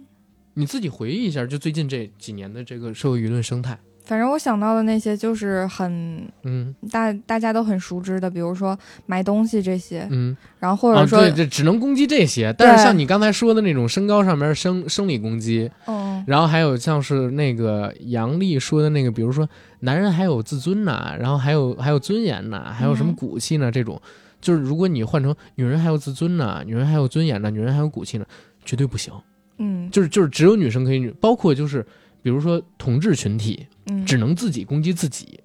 你自己回忆一下，就最近这几年的这个社会舆论生态，
反正我想到的那些就是很
嗯
大大家都很熟知的，比如说买东西这些，
嗯，
然后或者说，
啊、对，这只能攻击这些。但是
对
像你刚才说的那种身高上面生生理攻击，
嗯，
然后还有像是那个杨丽说的那个，比如说男人还有自尊呐、然后还有还有尊严呐、还有什么
嗯
骨气呢？这种就是如果你换成女人还有自尊呐、女人还有尊严呐、女人还有骨气呢，绝对不行。
嗯
就是就是只有女生可以女，包括就是比如说同志群体，
嗯，
只能自己攻击自己。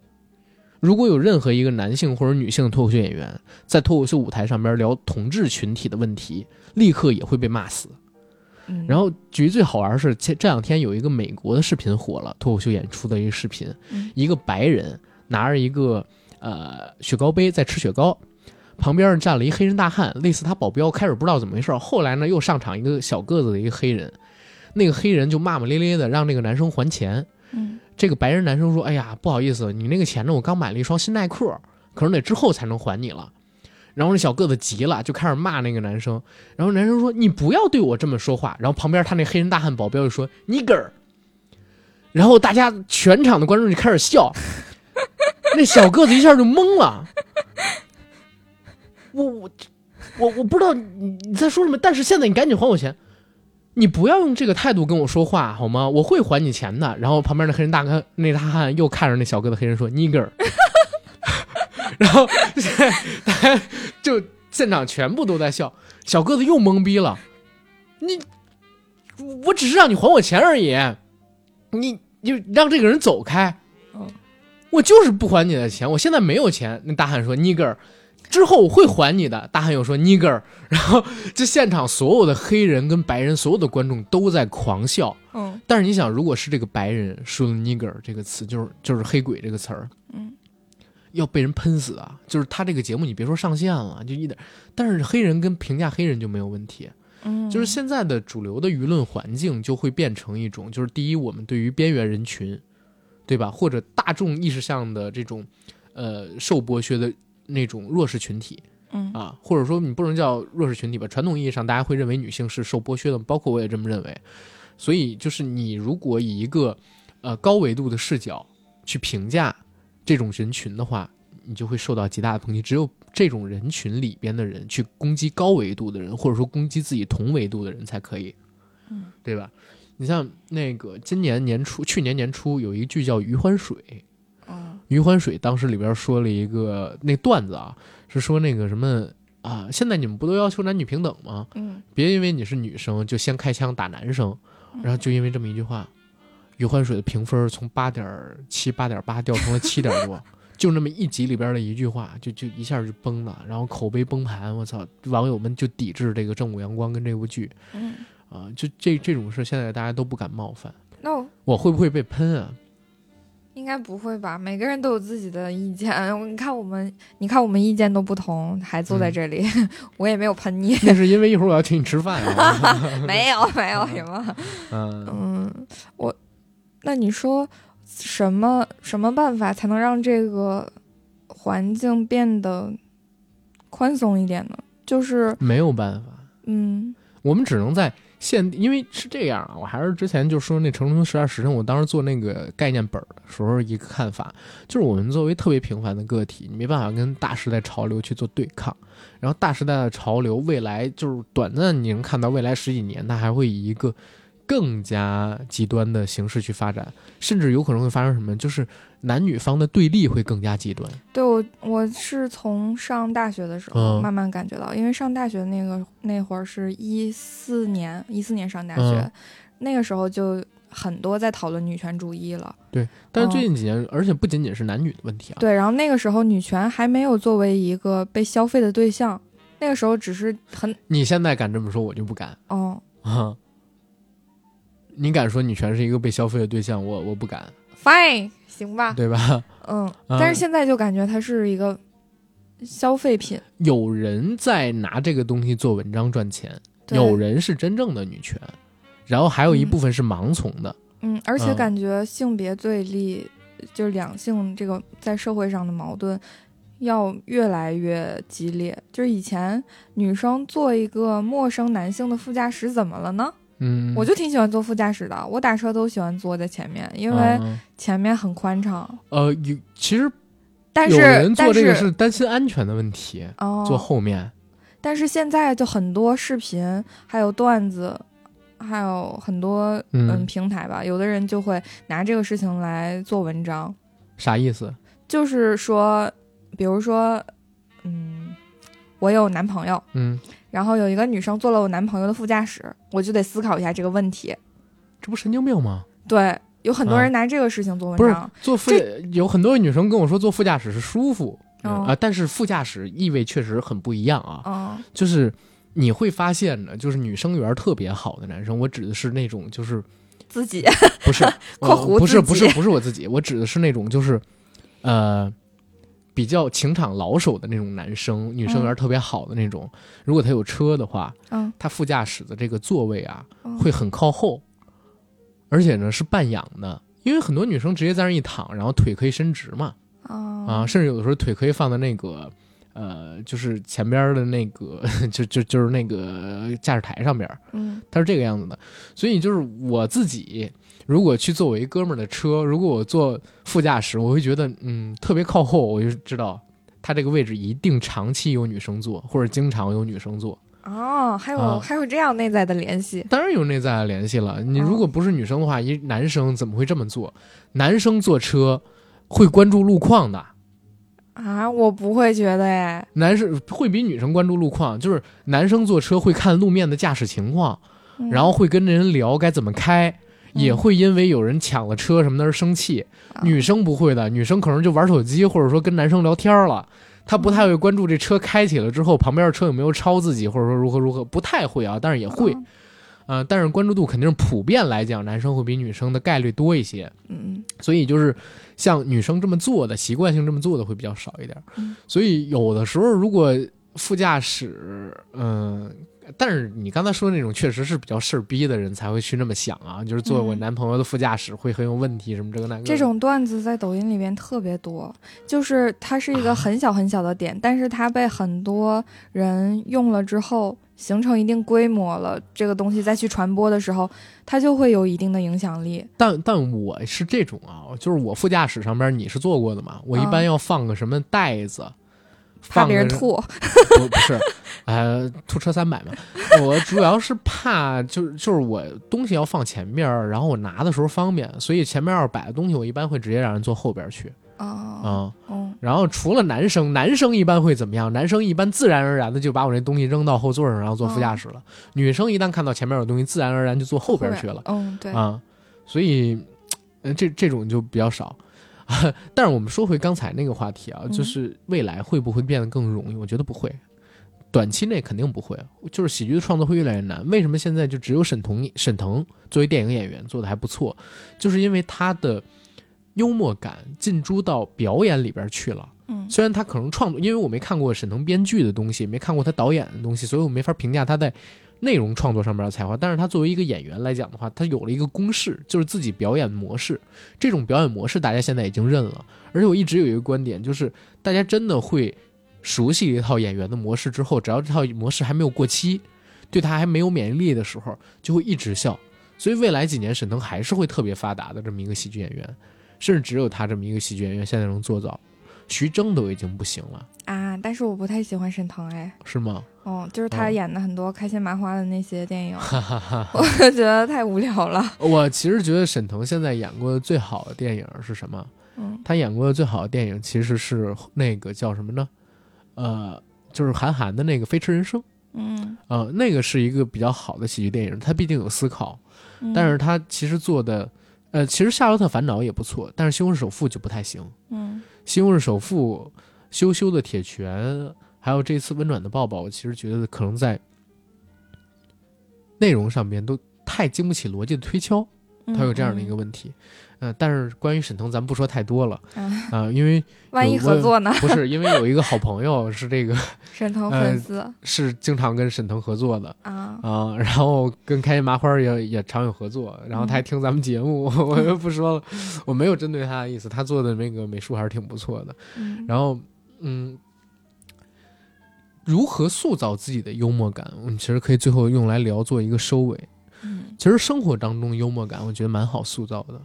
如果有任何一个男性或者女性的脱口秀演员在脱口秀舞台上边聊同志群体的问题，立刻也会被骂死。
嗯
然后，局最好玩的是前这两天有一个美国的视频火了，脱口秀演出的一个视频，
嗯
一个白人拿着一个呃雪糕杯在吃雪糕，旁边站了一黑人大汉，类似他保镖，开始不知道怎么回事儿，后来呢又上场一个小个子的一个黑人，那个黑人就骂骂咧咧的让那个男生还钱，
嗯
这个白人男生说：“哎呀，不好意思，你那个钱呢？我刚买了一双新耐克，可能得之后才能还你了。”然后那小个子急了，就开始骂那个男生。然后男生说：“你不要对我这么说话。”然后旁边他那黑人大汉保镖就说：“nigger。”然后大家全场的观众就开始笑，那小个子一下就懵了。我我我我不知道你你在说什么，但是现在你赶紧还我钱。你不要用这个态度跟我说话好吗？我会还你钱的。然后旁边的黑人大哥那大汉又看着那小哥的黑人说 nigger，然后 就现场全部都在笑，小个子又懵逼了。你，我只是让你还我钱而已，你就让这个人走开
嗯。
我就是不还你的钱，我现在没有钱。那大汉说 nigger，之后我会还你的。大汉又说 nigger，然后这现场所有的黑人跟白人，所有的观众都在狂笑。
嗯
但是你想，如果是这个白人说了 “nigger” 这个词，就是就是黑鬼这个词儿，
嗯，
要被人喷死啊！就是他这个节目，你别说上线了，就一点。但是黑人跟评价黑人就没有问题。
嗯，
就是现在的主流的舆论环境就会变成一种，就是第一，我们对于边缘人群，对吧，或者大众意识上的这种，呃，受剥削的那种弱势群体，
嗯
啊，或者说你不能叫弱势群体吧，传统意义上大家会认为女性是受剥削的，包括我也这么认为。所以就是你如果以一个呃高维度的视角去评价这种人群的话，你就会受到极大的抨击。只有这种人群里边的人去攻击高维度的人，或者说攻击自己同维度的人才可以，
嗯，
对吧？你像那个今年年初，去年年初有一个剧叫《余欢水》，
嗯
余欢水当时里边说了一个那段子啊，是说那个什么啊，现在你们不都要求男女平等吗？
嗯
别因为你是女生就先开枪打男生，然后就因为这么一句话，余欢水的评分从八点七、八点八掉成了七点多，就那么一集里边的一句话，就就一下就崩了，然后口碑崩盘，我操，网友们就抵制这个《正午阳光》跟这部剧
嗯，
啊，就这这种事现在大家都不敢冒犯，
那我
我会不会被喷啊？
应该不会吧？每个人都有自己的意见。你看我们，你看我们意见都不同，还坐
嗯
在这里， 我也没有喷你，
那是因为一会儿我要请你吃饭啊，
没有没有什么。
嗯。
嗯，我，那你说什么什么办法才能让这个环境变得宽松一点呢？就是
没有办法，
嗯
我们只能在限，因为是这样啊。我还是之前就说那《城中十二时辰》，我当时做那个概念本儿的时候一个看法，就是我们作为特别平凡的个体，你没办法跟大时代潮流去做对抗。然后大时代的潮流，未来就是短暂，你能看到未来十几年，它还会以一个更加极端的形式去发展，甚至有可能会发生什么，就是男女方的对立会更加极端。
对我，我是从上大学的时候
嗯
慢慢感觉到，因为上大学那个那会儿是一四年，一四年上大学，
嗯
那个时候就很多在讨论女权主义了。
啊但是最近几年，而且不仅仅是男女的问题啊，
对，然后那个时候女权还没有作为一个被消费的对象，那个时候只是很
你现在敢这么说，我就不敢。
哦，
啊，你敢说女权是一个被消费的对象？我我不敢，
fine，行
啊
吧，
对吧？
嗯，
嗯
但是现在就感觉它是一个消费品。
有人在拿这个东西做文章赚钱，
对
有人是真正的女权，然后还有一
嗯
部分是盲从的。
嗯，而且
嗯
感觉性别对立，就是两性这个在社会上的矛盾，要越来越激烈。就是以前女生做一个陌生男性的副驾驶怎么了呢？
嗯，
我就挺喜欢坐副驾驶的，我打车都喜欢坐在前面，因为
嗯
前面很宽敞。
呃，有其实
但
有
是
人做
但
这个
是
是担心安全的问题，坐
哦，
后面。
但是现在就很多视频，还有段子，还有很多
嗯
嗯平台吧，有的人就会拿这个事情来做文章，
啥意思？
就是说，比如说，嗯，我有男朋友，
嗯，
然后有一个女生坐了我男朋友的副驾驶，我就得思考一下这个问题。
这不神经病吗？
对，有很多
啊
人拿这个事情做文
不是
章。
坐副有很多女生跟我说坐副驾驶是舒服啊、
哦
但是副驾驶意味确实很不一样啊。
嗯，
就是你会发现呢，就是女生缘特别好的男生，我指的是那种就是
自己
不是
括
呃
弧
不
自
是
己
不是不是我自己，我指的是那种就是呃比较情场老手的那种男生，女生缘特别好的那种。
嗯
如果他有车的话，
嗯，
他副驾驶的这个座位啊
嗯
会很靠后，而且呢是半仰的。因为很多女生直接在那儿一躺，然后腿可以伸直嘛，
啊
啊，甚至有的时候腿可以放在那个，呃，就是前边儿的那个， 就就就是那个驾驶台上边儿，
嗯
它是这个样子的。所以就是我自己，如果去坐我一哥们儿的车，如果我坐副驾驶，我会觉得嗯特别靠后，我就知道他这个位置一定长期有女生坐，或者经常有女生坐。
哦，还有、
啊
还有这样内在的联系，
当然有内在的联系了。你
哦
如果不是女生的话，一男生怎么会这么做？男生坐车会关注路况的。
啊，我不会觉得哎，
男生会比女生关注路况，就是男生坐车会看路面的驾驶情况，
嗯
然后会跟人聊该怎么开，
嗯
也会因为有人抢了车什么的而生气。女生不会的，女生可能就玩手机，或者说跟男生聊天了。她不太会关注这车开起来之后，旁边的车有没有超自己，或者说如何如何，不太会啊，但是也会，
嗯
嗯、但是关注度肯定是普遍来讲，男生会比女生的概率多一些。
嗯
所以就是像女生这么做的，习惯性这么做的会比较少一点。
嗯
所以有的时候如果副驾驶，嗯、但是你刚才说的那种确实是比较事儿逼的人才会去那么想啊，就是做我
嗯
男朋友的副驾驶会很有问题什么这个那个的。
这种段子在抖音里面特别多，就是它是一个很小很小的点，但是它被很多人用了之后，形成一定规模了，这个东西再去传播的时候，它就会有一定的影响力。
但但我是这种啊，就是我副驾驶上边你是坐过的嘛，我一般
嗯
要放个什么袋子，
怕
放
别人
个什
吐，
不不是，呃，吐车三百嘛。我主要是怕，就是就是我东西要放前面儿，然后我拿的时候方便，所以前面要是摆的东西，我一般会直接让人坐后边儿去啊、
啊，嗯，
然后除了男生，男生一般会怎么样？男生一般自然而然的就把我这东西扔到后座上，然后坐副驾驶了。女生一旦看到前面有东西，自然而然就坐后边儿去了。
嗯，对，
啊，所以，呃，这这种就比较少。 但是我们说回刚才那个话题啊，就
嗯
是未来会不会变得更容易？我觉得不会，短期内肯定不会。就是喜剧的创作会越来越难。为什么现在就只有沈腾？沈腾作为电影演员做的还不错，就是因为他的幽默感进驻到表演里边去了。
嗯
虽然他可能创作，因为我没看过沈腾编剧的东西，没看过他导演的东西，所以我没法评价他在内容创作上面的才华。但是他作为一个演员来讲的话，他有了一个公式，就是自己表演模式。这种表演模式大家现在已经认了。而且我一直有一个观点，就是大家真的会熟悉一套演员的模式之后，只要这套模式还没有过期，对他还没有免疫力的时候，就会一直笑。所以未来几年，沈腾还是会特别发达的这么一个喜剧演员，甚至只有他这么一个喜剧演员现在能做到。徐峥都已经不行了，
啊，但是我不太喜欢沈腾哎。
是吗？
哦，就是他
嗯
演的很多开心麻花的那些电影，我就觉得太无聊了。
我其实觉得沈腾现在演过的最好的电影是什么？
嗯，
他演过的最好的电影其实是那个叫什么呢？呃，就是韩寒的那个《飞驰人生》。
嗯，
呃，那个是一个比较好的喜剧电影，它毕竟有思考，
嗯
但是它其实做的，呃，其实《夏洛特烦恼》也不错，但是《西红柿首富》就不太行。
嗯
《西红柿首富》、《羞羞的铁拳》，还有这次《温暖的抱抱》，我其实觉得可能在内容上面都太经不起逻辑的推敲，
嗯
它有这样的一个，问题。呃，但是关于沈腾，咱们不说太多了
嗯啊
啊、因为
万一
有
合
问
作呢？
不是因为有一个好朋友是这个
沈腾
呃
粉丝、
是经常跟沈腾合作的，
啊，
啊、然后跟开心麻花也也常有合作，然后他还听咱们节目，我就不说了，我没有针对他的意思，他做的那个美术还是挺不错的。
嗯
然后，嗯，如何塑造自己的幽默感，我们其实可以最后用来聊做一个收尾。
嗯
其实生活当中的幽默感，我觉得蛮好塑造的。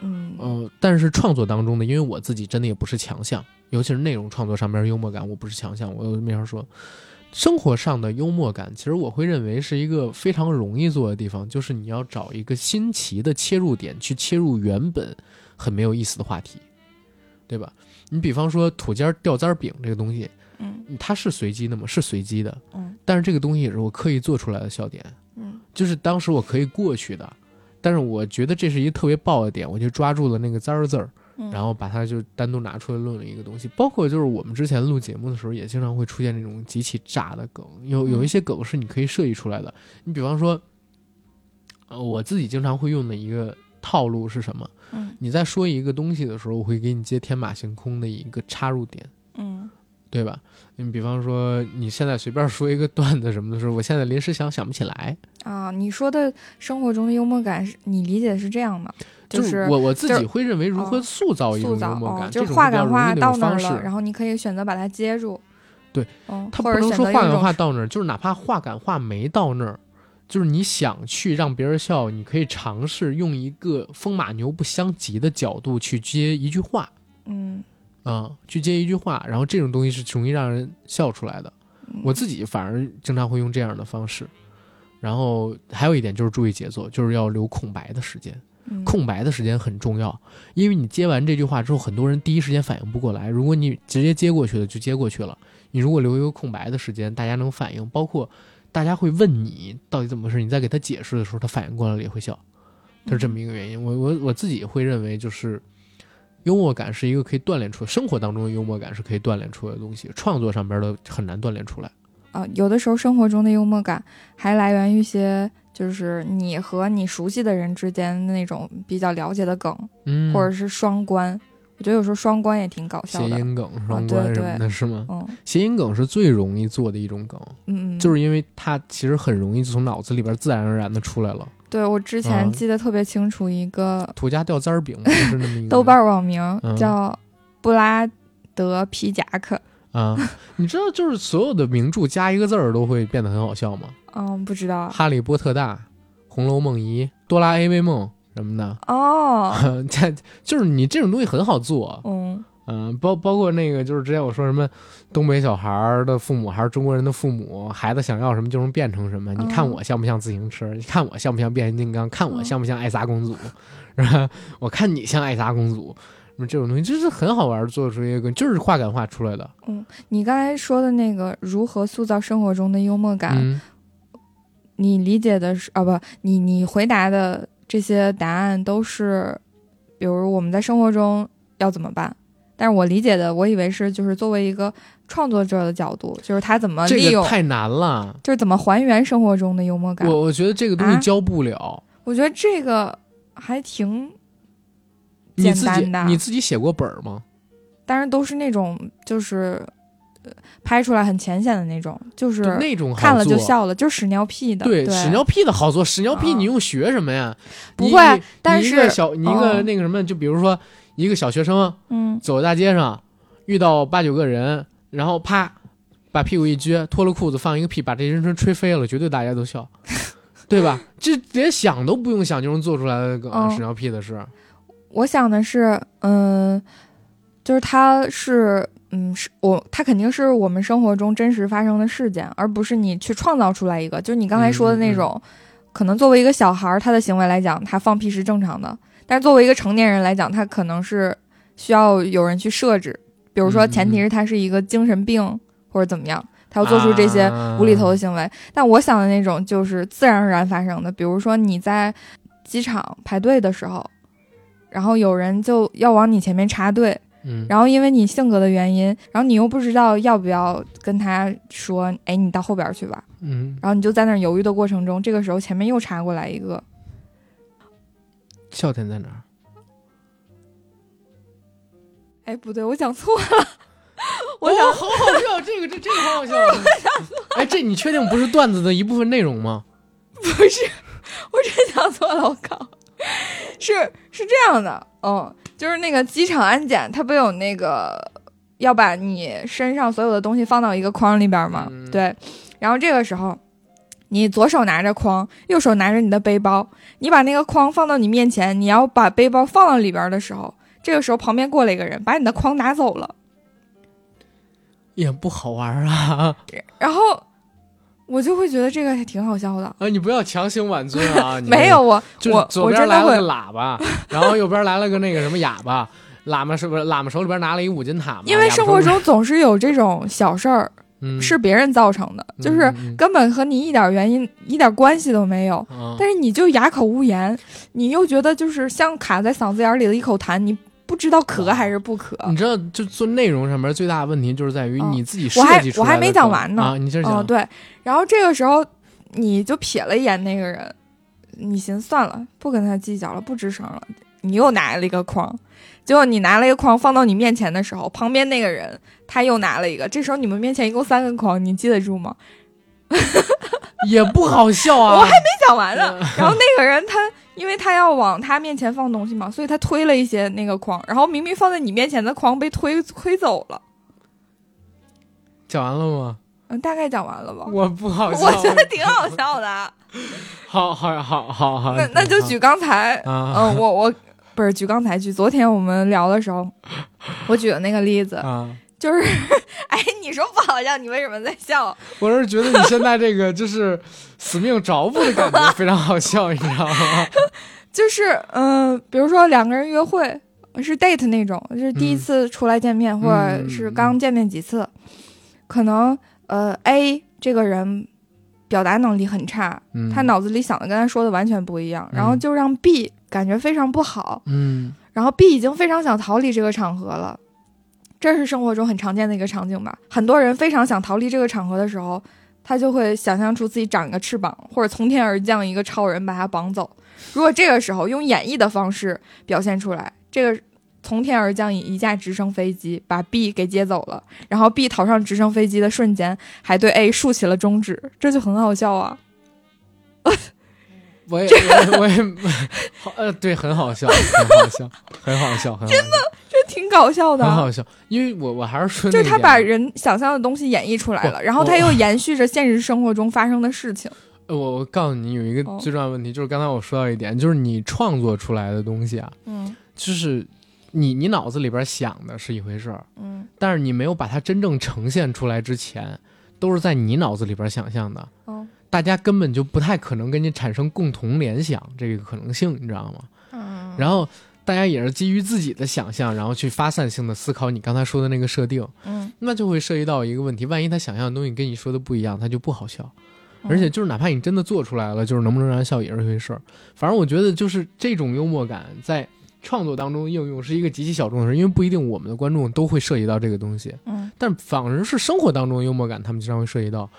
嗯
嗯、但是创作当中的，因为我自己真的也不是强项，尤其是内容创作上面幽默感，我不是强项，我又没法说。生活上的幽默感，其实我会认为是一个非常容易做的地方，就是你要找一个新奇的切入点去切入原本很没有意思的话题，对吧？你比方说土尖儿掉渣儿饼这个东西，
嗯
它是随机的吗？是随机的，
嗯
但是这个东西也是我刻意做出来的笑点，
嗯
就是当时我可以过去的，但是我觉得这是一个特别爆的点，我就抓住了那个字儿字儿，
嗯，
然后把它就单独拿出来论了一个东西。包括就是我们之前录节目的时候，也经常会出现这种极其炸的梗，有有一些梗是你可以设计出来的。你比方说，呃，我自己经常会用的一个套路是什么？
嗯
你在说一个东西的时候，我会给你接天马行空的一个插入点。
嗯
对吧？你比方说，你现在随便说一个段子什么的时候，我现在临时想想不起来，
啊，你说的生活中的幽默感是你理解是这样的，
就是
是
我我自
就
己
是
会认为如何
哦
塑造一
塑
种
造
幽默
哦
感，，这种
就是
比
话
较
赶
容易
话
的一
到
种
那
方
儿
式。
了，然后你可以选择把它接住。
对
嗯，
他不
或者
能
选
说
择
话
用一
赶
种
话到那儿，就是哪怕话赶话没到那儿，就是你想去让别人笑，你可以尝试用一个风马牛不相及的角度去接一句话
嗯
啊、去接一句话，然后这种东西是容易让人笑出来的。
嗯
我自己反而经常会用这样的方式。然后还有一点就是注意节奏，就是要留空白的时间。
嗯
空白的时间很重要，因为你接完这句话之后，很多人第一时间反应不过来。如果你直接接过去了，就接过去了。你如果留一个空白的时间，大家能反应，包括大家会问你到底怎么回事，你在给他解释的时候，他反应过来了也会笑，它是这么一个原因。我我我自己会认为，就是幽默感是一个可以锻炼出生活当中的幽默感是可以锻炼出来的东西，创作上边的很难锻炼出来。
啊、有的时候生活中的幽默感还来源于一些，就是你和你熟悉的人之间的那种比较了解的梗，
嗯，
或者是双关。我觉得有时候双关也挺搞笑
谐
的。啊
音梗、双关
对
什么的，是吗？
嗯
谐音梗是最容易做的一种梗。
嗯嗯，
就是因为它其实很容易就从脑子里边自然而然的出来了。
对我之前
嗯
记得特别清楚，一个
土家掉渣儿饼不是那么一个
豆瓣网名
嗯
叫布拉德皮夹克。
啊，你知道就是所有的名著加一个字儿都会变得很好笑吗？
嗯，不知道
哈利波特大、红楼梦一、哆啦 A 梦什么的，
哦，
这就是你这种东西很好做。
嗯
嗯，包包括那个就是之前我说什么东北小孩儿的父母还是中国人的父母，孩子想要什么就能变成什么。你看
嗯
我像不像自行车？你看我像不像变形金刚？看我
嗯
像不像艾莎公主？然后我看你像艾莎公主。那么这种东西就是很好玩儿，做出一个就是话赶话出来的。
嗯，你刚才说的那个如何塑造生活中的幽默感，
嗯
你理解的是啊不，你你回答的这些答案都是，比如我们在生活中要怎么办？但是我理解的，我以为是就是作为一个创作者的角度，就是他怎么啊利
这个
用，
太难了，
就是怎么还原生活中的幽默感。
我我觉得这个东西
啊
教不了。
我觉得这个还挺，
你自己
简单的
你自己写过本儿吗？
当然都是那种就是，呃拍出来很浅显的那种，就是
就那种好
看了就
做。
笑了，就是屎尿屁的，对，
对，屎尿屁的好做，屎尿屁
啊
你用学什么呀？
不
你
会
你
但
你一个
是
小，你一个
哦
那个什么，就比如说一个小学生
嗯
走大街上，遇到八九个人，然后啪把屁股一撅，脱了裤子放一个屁，把这些人吹飞了，绝对大家都笑，对吧？这连想都不用想就能做出来的梗，
嗯
屎尿屁的事。
我想的是，嗯，就是他是，嗯，是我，他肯定是我们生活中真实发生的事件，而不是你去创造出来一个。就是你刚才说的
嗯
那种，可能作为一个小孩儿，他的行为来讲，他放屁是正常的；但是作为一个成年人来讲，他可能是需要有人去设置，比如说，
嗯
前提是他是一个精神病或者怎么样，他要做出这些。无厘头的
啊，
行为。但我想的那种就是自然而然发生的，比如说你在机场排队的时候，然后有人就要往你前面插队，
嗯，
然后因为你性格的原因，然后你又不知道要不要跟他说，哎，你到后边去吧。
嗯，
然后你就在那儿犹豫的过程中，这个时候前面又插过来一个，
笑点在哪儿？
哎，不对，我讲错了， 我
哦
想
好好笑，这个这这个好好 笑。哎，这你确定不是段子的一部分内容吗？
不是，我 真讲错了，我靠，是是这样的，嗯，就是那个机场安检，它不有那个要把你身上所有的东西放到一个筐里边吗？
嗯
对，然后这个时候你左手拿着筐，右手拿着你的背包，你把那个筐放到你面前，你要把背包放到里边的时候，这个时候旁边过来一个人，把你的筐拿走了，
也不好玩啊！
然后我就会觉得这个还挺好笑的。
啊，你不要强行挽尊 啊！你
没有我，
就是
我
左
我
边
真
来
的
了
会
个，喇 叭，然后右边来了个那个什么哑巴，喇嘛是不是喇嘛手里边拿了一五金塔嘛？
因为
哑巴
生活
手里
中总是有这种小事儿
嗯
是别人造成的，就是
嗯嗯嗯
根本和你一点原因、一点关系都没有。
嗯
但是你就哑口无言，你又觉得就是像卡在嗓子眼里的一口痰，你不知道咳还是不咳。
你知道，就做内容上面最大的问题就是在于
嗯
你自己设
我还
计出
我还
来的
没讲
梗
完呢
啊！你接着
哦，
讲，
对。然后这个时候你就瞥了一眼那个人，你寻思算了，不跟他计较了，不吱声了。你又拿了一个筐，结果你拿了一个筐放到你面前的时候，旁边那个人他又拿了一个。这时候你们面前一共三个筐，你记得住吗？
也不好笑啊！
我还没讲完呢。然后那个人他，因为他要往他面前放东西嘛，所以他推了一些那个筐，然后明明放在你面前的筐被推推走了。
讲完了吗？
嗯，大概讲完了吧。
我不好笑，
我觉得挺好笑 的。啊
好好好好好，
那那就举刚才
啊
嗯，我我不是举刚才举昨天我们聊的时候，我举的那个例子
啊！
就是，哎，你说不好笑，你为什么在笑？
我是觉得你现在这个就是死命着不的感 觉非常好笑，你知道吗？
就是嗯、呃比如说两个人约会是 date 那种，就是第一
嗯
次出来见面、或者是刚见面几次，可能呃 A 这个人表达能力很差，
嗯
他脑子里想的跟他说的完全不一样，然后
嗯
就让 B 感觉非常不好，
嗯
然后 B 已经非常想逃离这个场合了，这是生活中很常见的一个场景吧。很多人非常想逃离这个场合的时候，他就会想象出自己长一个翅膀，或者从天而降一个超人把他绑走。如果这个时候用演绎的方式表现出来，这个从天而降以一架直升飞机把 B 给接走了，然后 B 逃上直升飞机的瞬间，还对 A 竖起了中指，这就很好笑啊。
我也 我也我也好呃，对，很好笑，很好笑，很好笑，真的
这挺搞笑的
很
啊，
好笑，因为我我还是说
就
那一点，
是他把人想象的东西演绎出来
不
了，然后他又延续着现实生活中发生的事情。
呃我我告诉你有一个
哦
最重要的问题，就是刚才我说到一点，就是你创作出来的东西啊，
嗯
就是你你脑子里边想的是一回事儿，
嗯
但是你没有把它真正呈现出来之前，都是在你脑子里边想象的，
哦
大家根本就不太可能跟你产生共同联想这个可能性，你知道吗？
嗯
然后大家也是基于自己的想象，然后去发散性的思考你刚才说的那个设定，
嗯，
那就会涉及到一个问题，万一他想象的东西跟你说的不一样，他就不好笑。
嗯
而且就是哪怕你真的做出来了，就是能不能让人笑也是一回事儿。反正我觉得就是这种幽默感在创作当中应用是一个极其小众的事，因为不一定我们的观众都会涉及到这个东西，
嗯
但反而是生活当中的幽默感，他们经常会涉及到。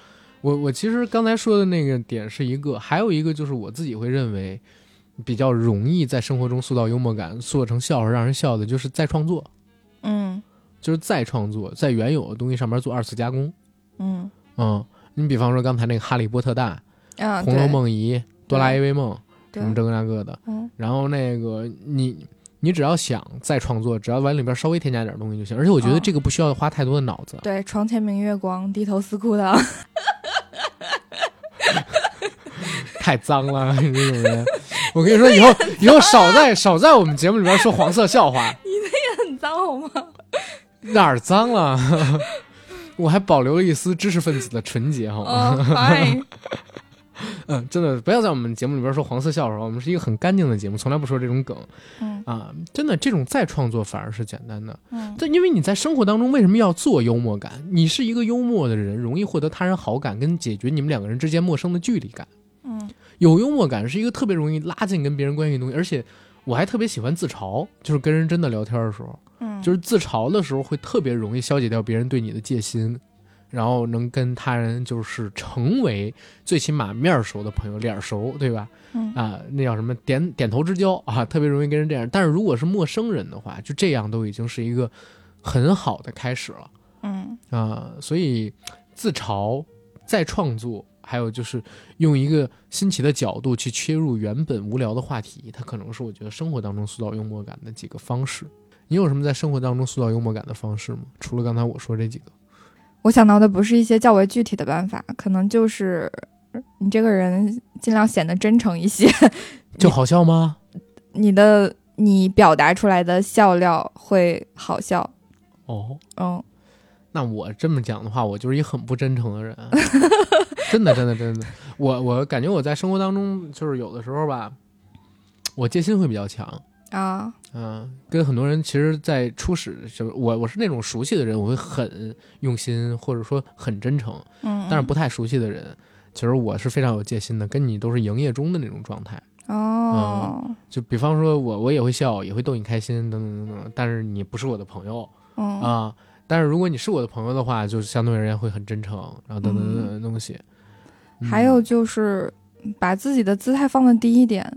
我我其实刚才说的那个点是一个，还有一个就是我自己会认为比较容易在生活中塑造幽默感、塑造成笑话让人笑的，就是再创作，
嗯
就是再创作，在原有的东西上面做二次加工。
嗯
嗯，你比方说刚才那个《哈利波特》蛋，
啊，
《红楼
对
梦》一，哆啦 A 梦，
对
什么这个那个的。
嗯
然后那个你你只要想再创作，只要往里边稍微添加点东西就行。而且我觉得
哦
这个不需要花太多的脑子。
对，床前明月光，低头思故乡。
太脏了， 你这种人。我跟你说，以后以后少在少在我们节目里边说黄色笑话，
很脏好吗？
哪儿脏了？ 我还保留了一丝知识分子的纯洁，好吗？
嗯，fine，
嗯，真的不要在我们节目里边说黄色笑话，我们是一个很干净的节目，从来不说这种梗
嗯
啊。真的，这种再创作反而是简单的。
嗯
但因为你在生活当中为什么要做幽默感？你是一个幽默的人，容易获得他人好感，跟解决你们两个人之间陌生的距离感。
嗯
有幽默感是一个特别容易拉近跟别人关系的东西，而且我还特别喜欢自嘲，就是跟人真的聊天的时候，
嗯，
就是自嘲的时候会特别容易消解掉别人对你的戒心，然后能跟他人就是成为最起码面儿熟的朋友，脸儿熟，对吧？
嗯
啊，那叫什么点点头之交啊，特别容易跟人这样。但是如果是陌生人的话，就这样都已经是一个很好的开始了。
嗯
啊、所以自嘲、再创作，还有就是用一个新奇的角度去切入原本无聊的话题，它可能是我觉得生活当中塑造幽默感的几个方式。你有什么在生活当中塑造幽默感的方式吗？除了刚才我说这几个，
我想到的不是一些较为具体的办法，可能就是你这个人尽量显得真诚一些，
就好笑吗？
你的你表达出来的笑料会好笑。
哦，
嗯，
那我这么讲的话，我就是一很不真诚的人，啊 真的，真的，真的。我我感觉我在生活当中，就是有的时候吧，我戒心会比较强。
啊，
嗯，跟很多人其实，在初始就是我我是那种熟悉的人，我会很用心，或者说很真诚。
嗯，
但是不太熟悉的人，其实我是非常有戒心的，跟你都是营业中的那种状态。
哦，
就比方说我，我也会笑，也会逗你开心，等等等等。但是你不是我的朋友啊、
嗯，
但是如果你是我的朋友的话，就是相对而言会很真诚，然后等等等等东西。嗯
还有就是把自己的姿态放的低一点，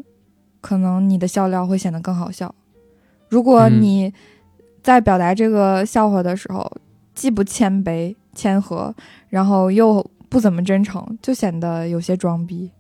可能你的笑料会显得更好笑。如果
嗯
你在表达这个笑话的时候，既不谦卑谦和，然后又不怎么真诚，就显得有些装逼。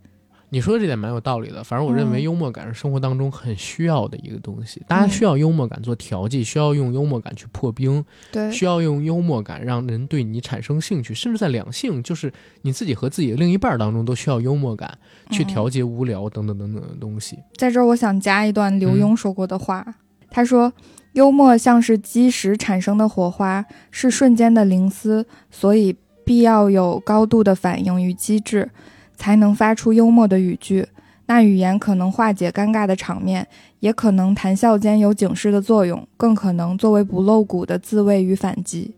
你说的这点蛮有道理的。反正我认为
嗯
幽默感是生活当中很需要的一个东西，大家需要幽默感做调剂，需要用幽默感去破冰，
对，
需要用幽默感让人对你产生兴趣，甚至在两性，就是你自己和自己的另一半当中都需要幽默感去
嗯
调节无聊等等等等的东西。
在这儿，我想加一段刘
嗯
墉说过的话，他说：“幽默像是基石产生的火花，是瞬间的灵思，所以必要有高度的反应与机智，才能发出幽默的语句。那语言可能化解尴尬的场面，也可能谈笑间有警示的作用，更可能作为不露骨的自卫与反击。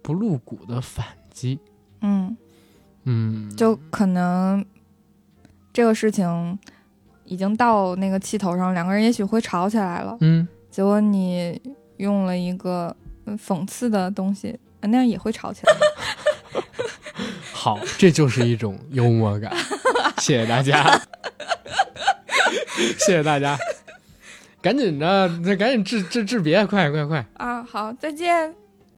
不露骨的反击，
嗯，
嗯，
就可能这个事情已经到那个气头上，两个人也许会吵起来了。”
嗯，
结果你用了一个嗯讽刺的东西，啊那样也会吵起来。
好，这就是一种幽默感。谢谢大家，谢谢大家，赶紧的，那赶紧治治治别，快快快！
啊，好，再见。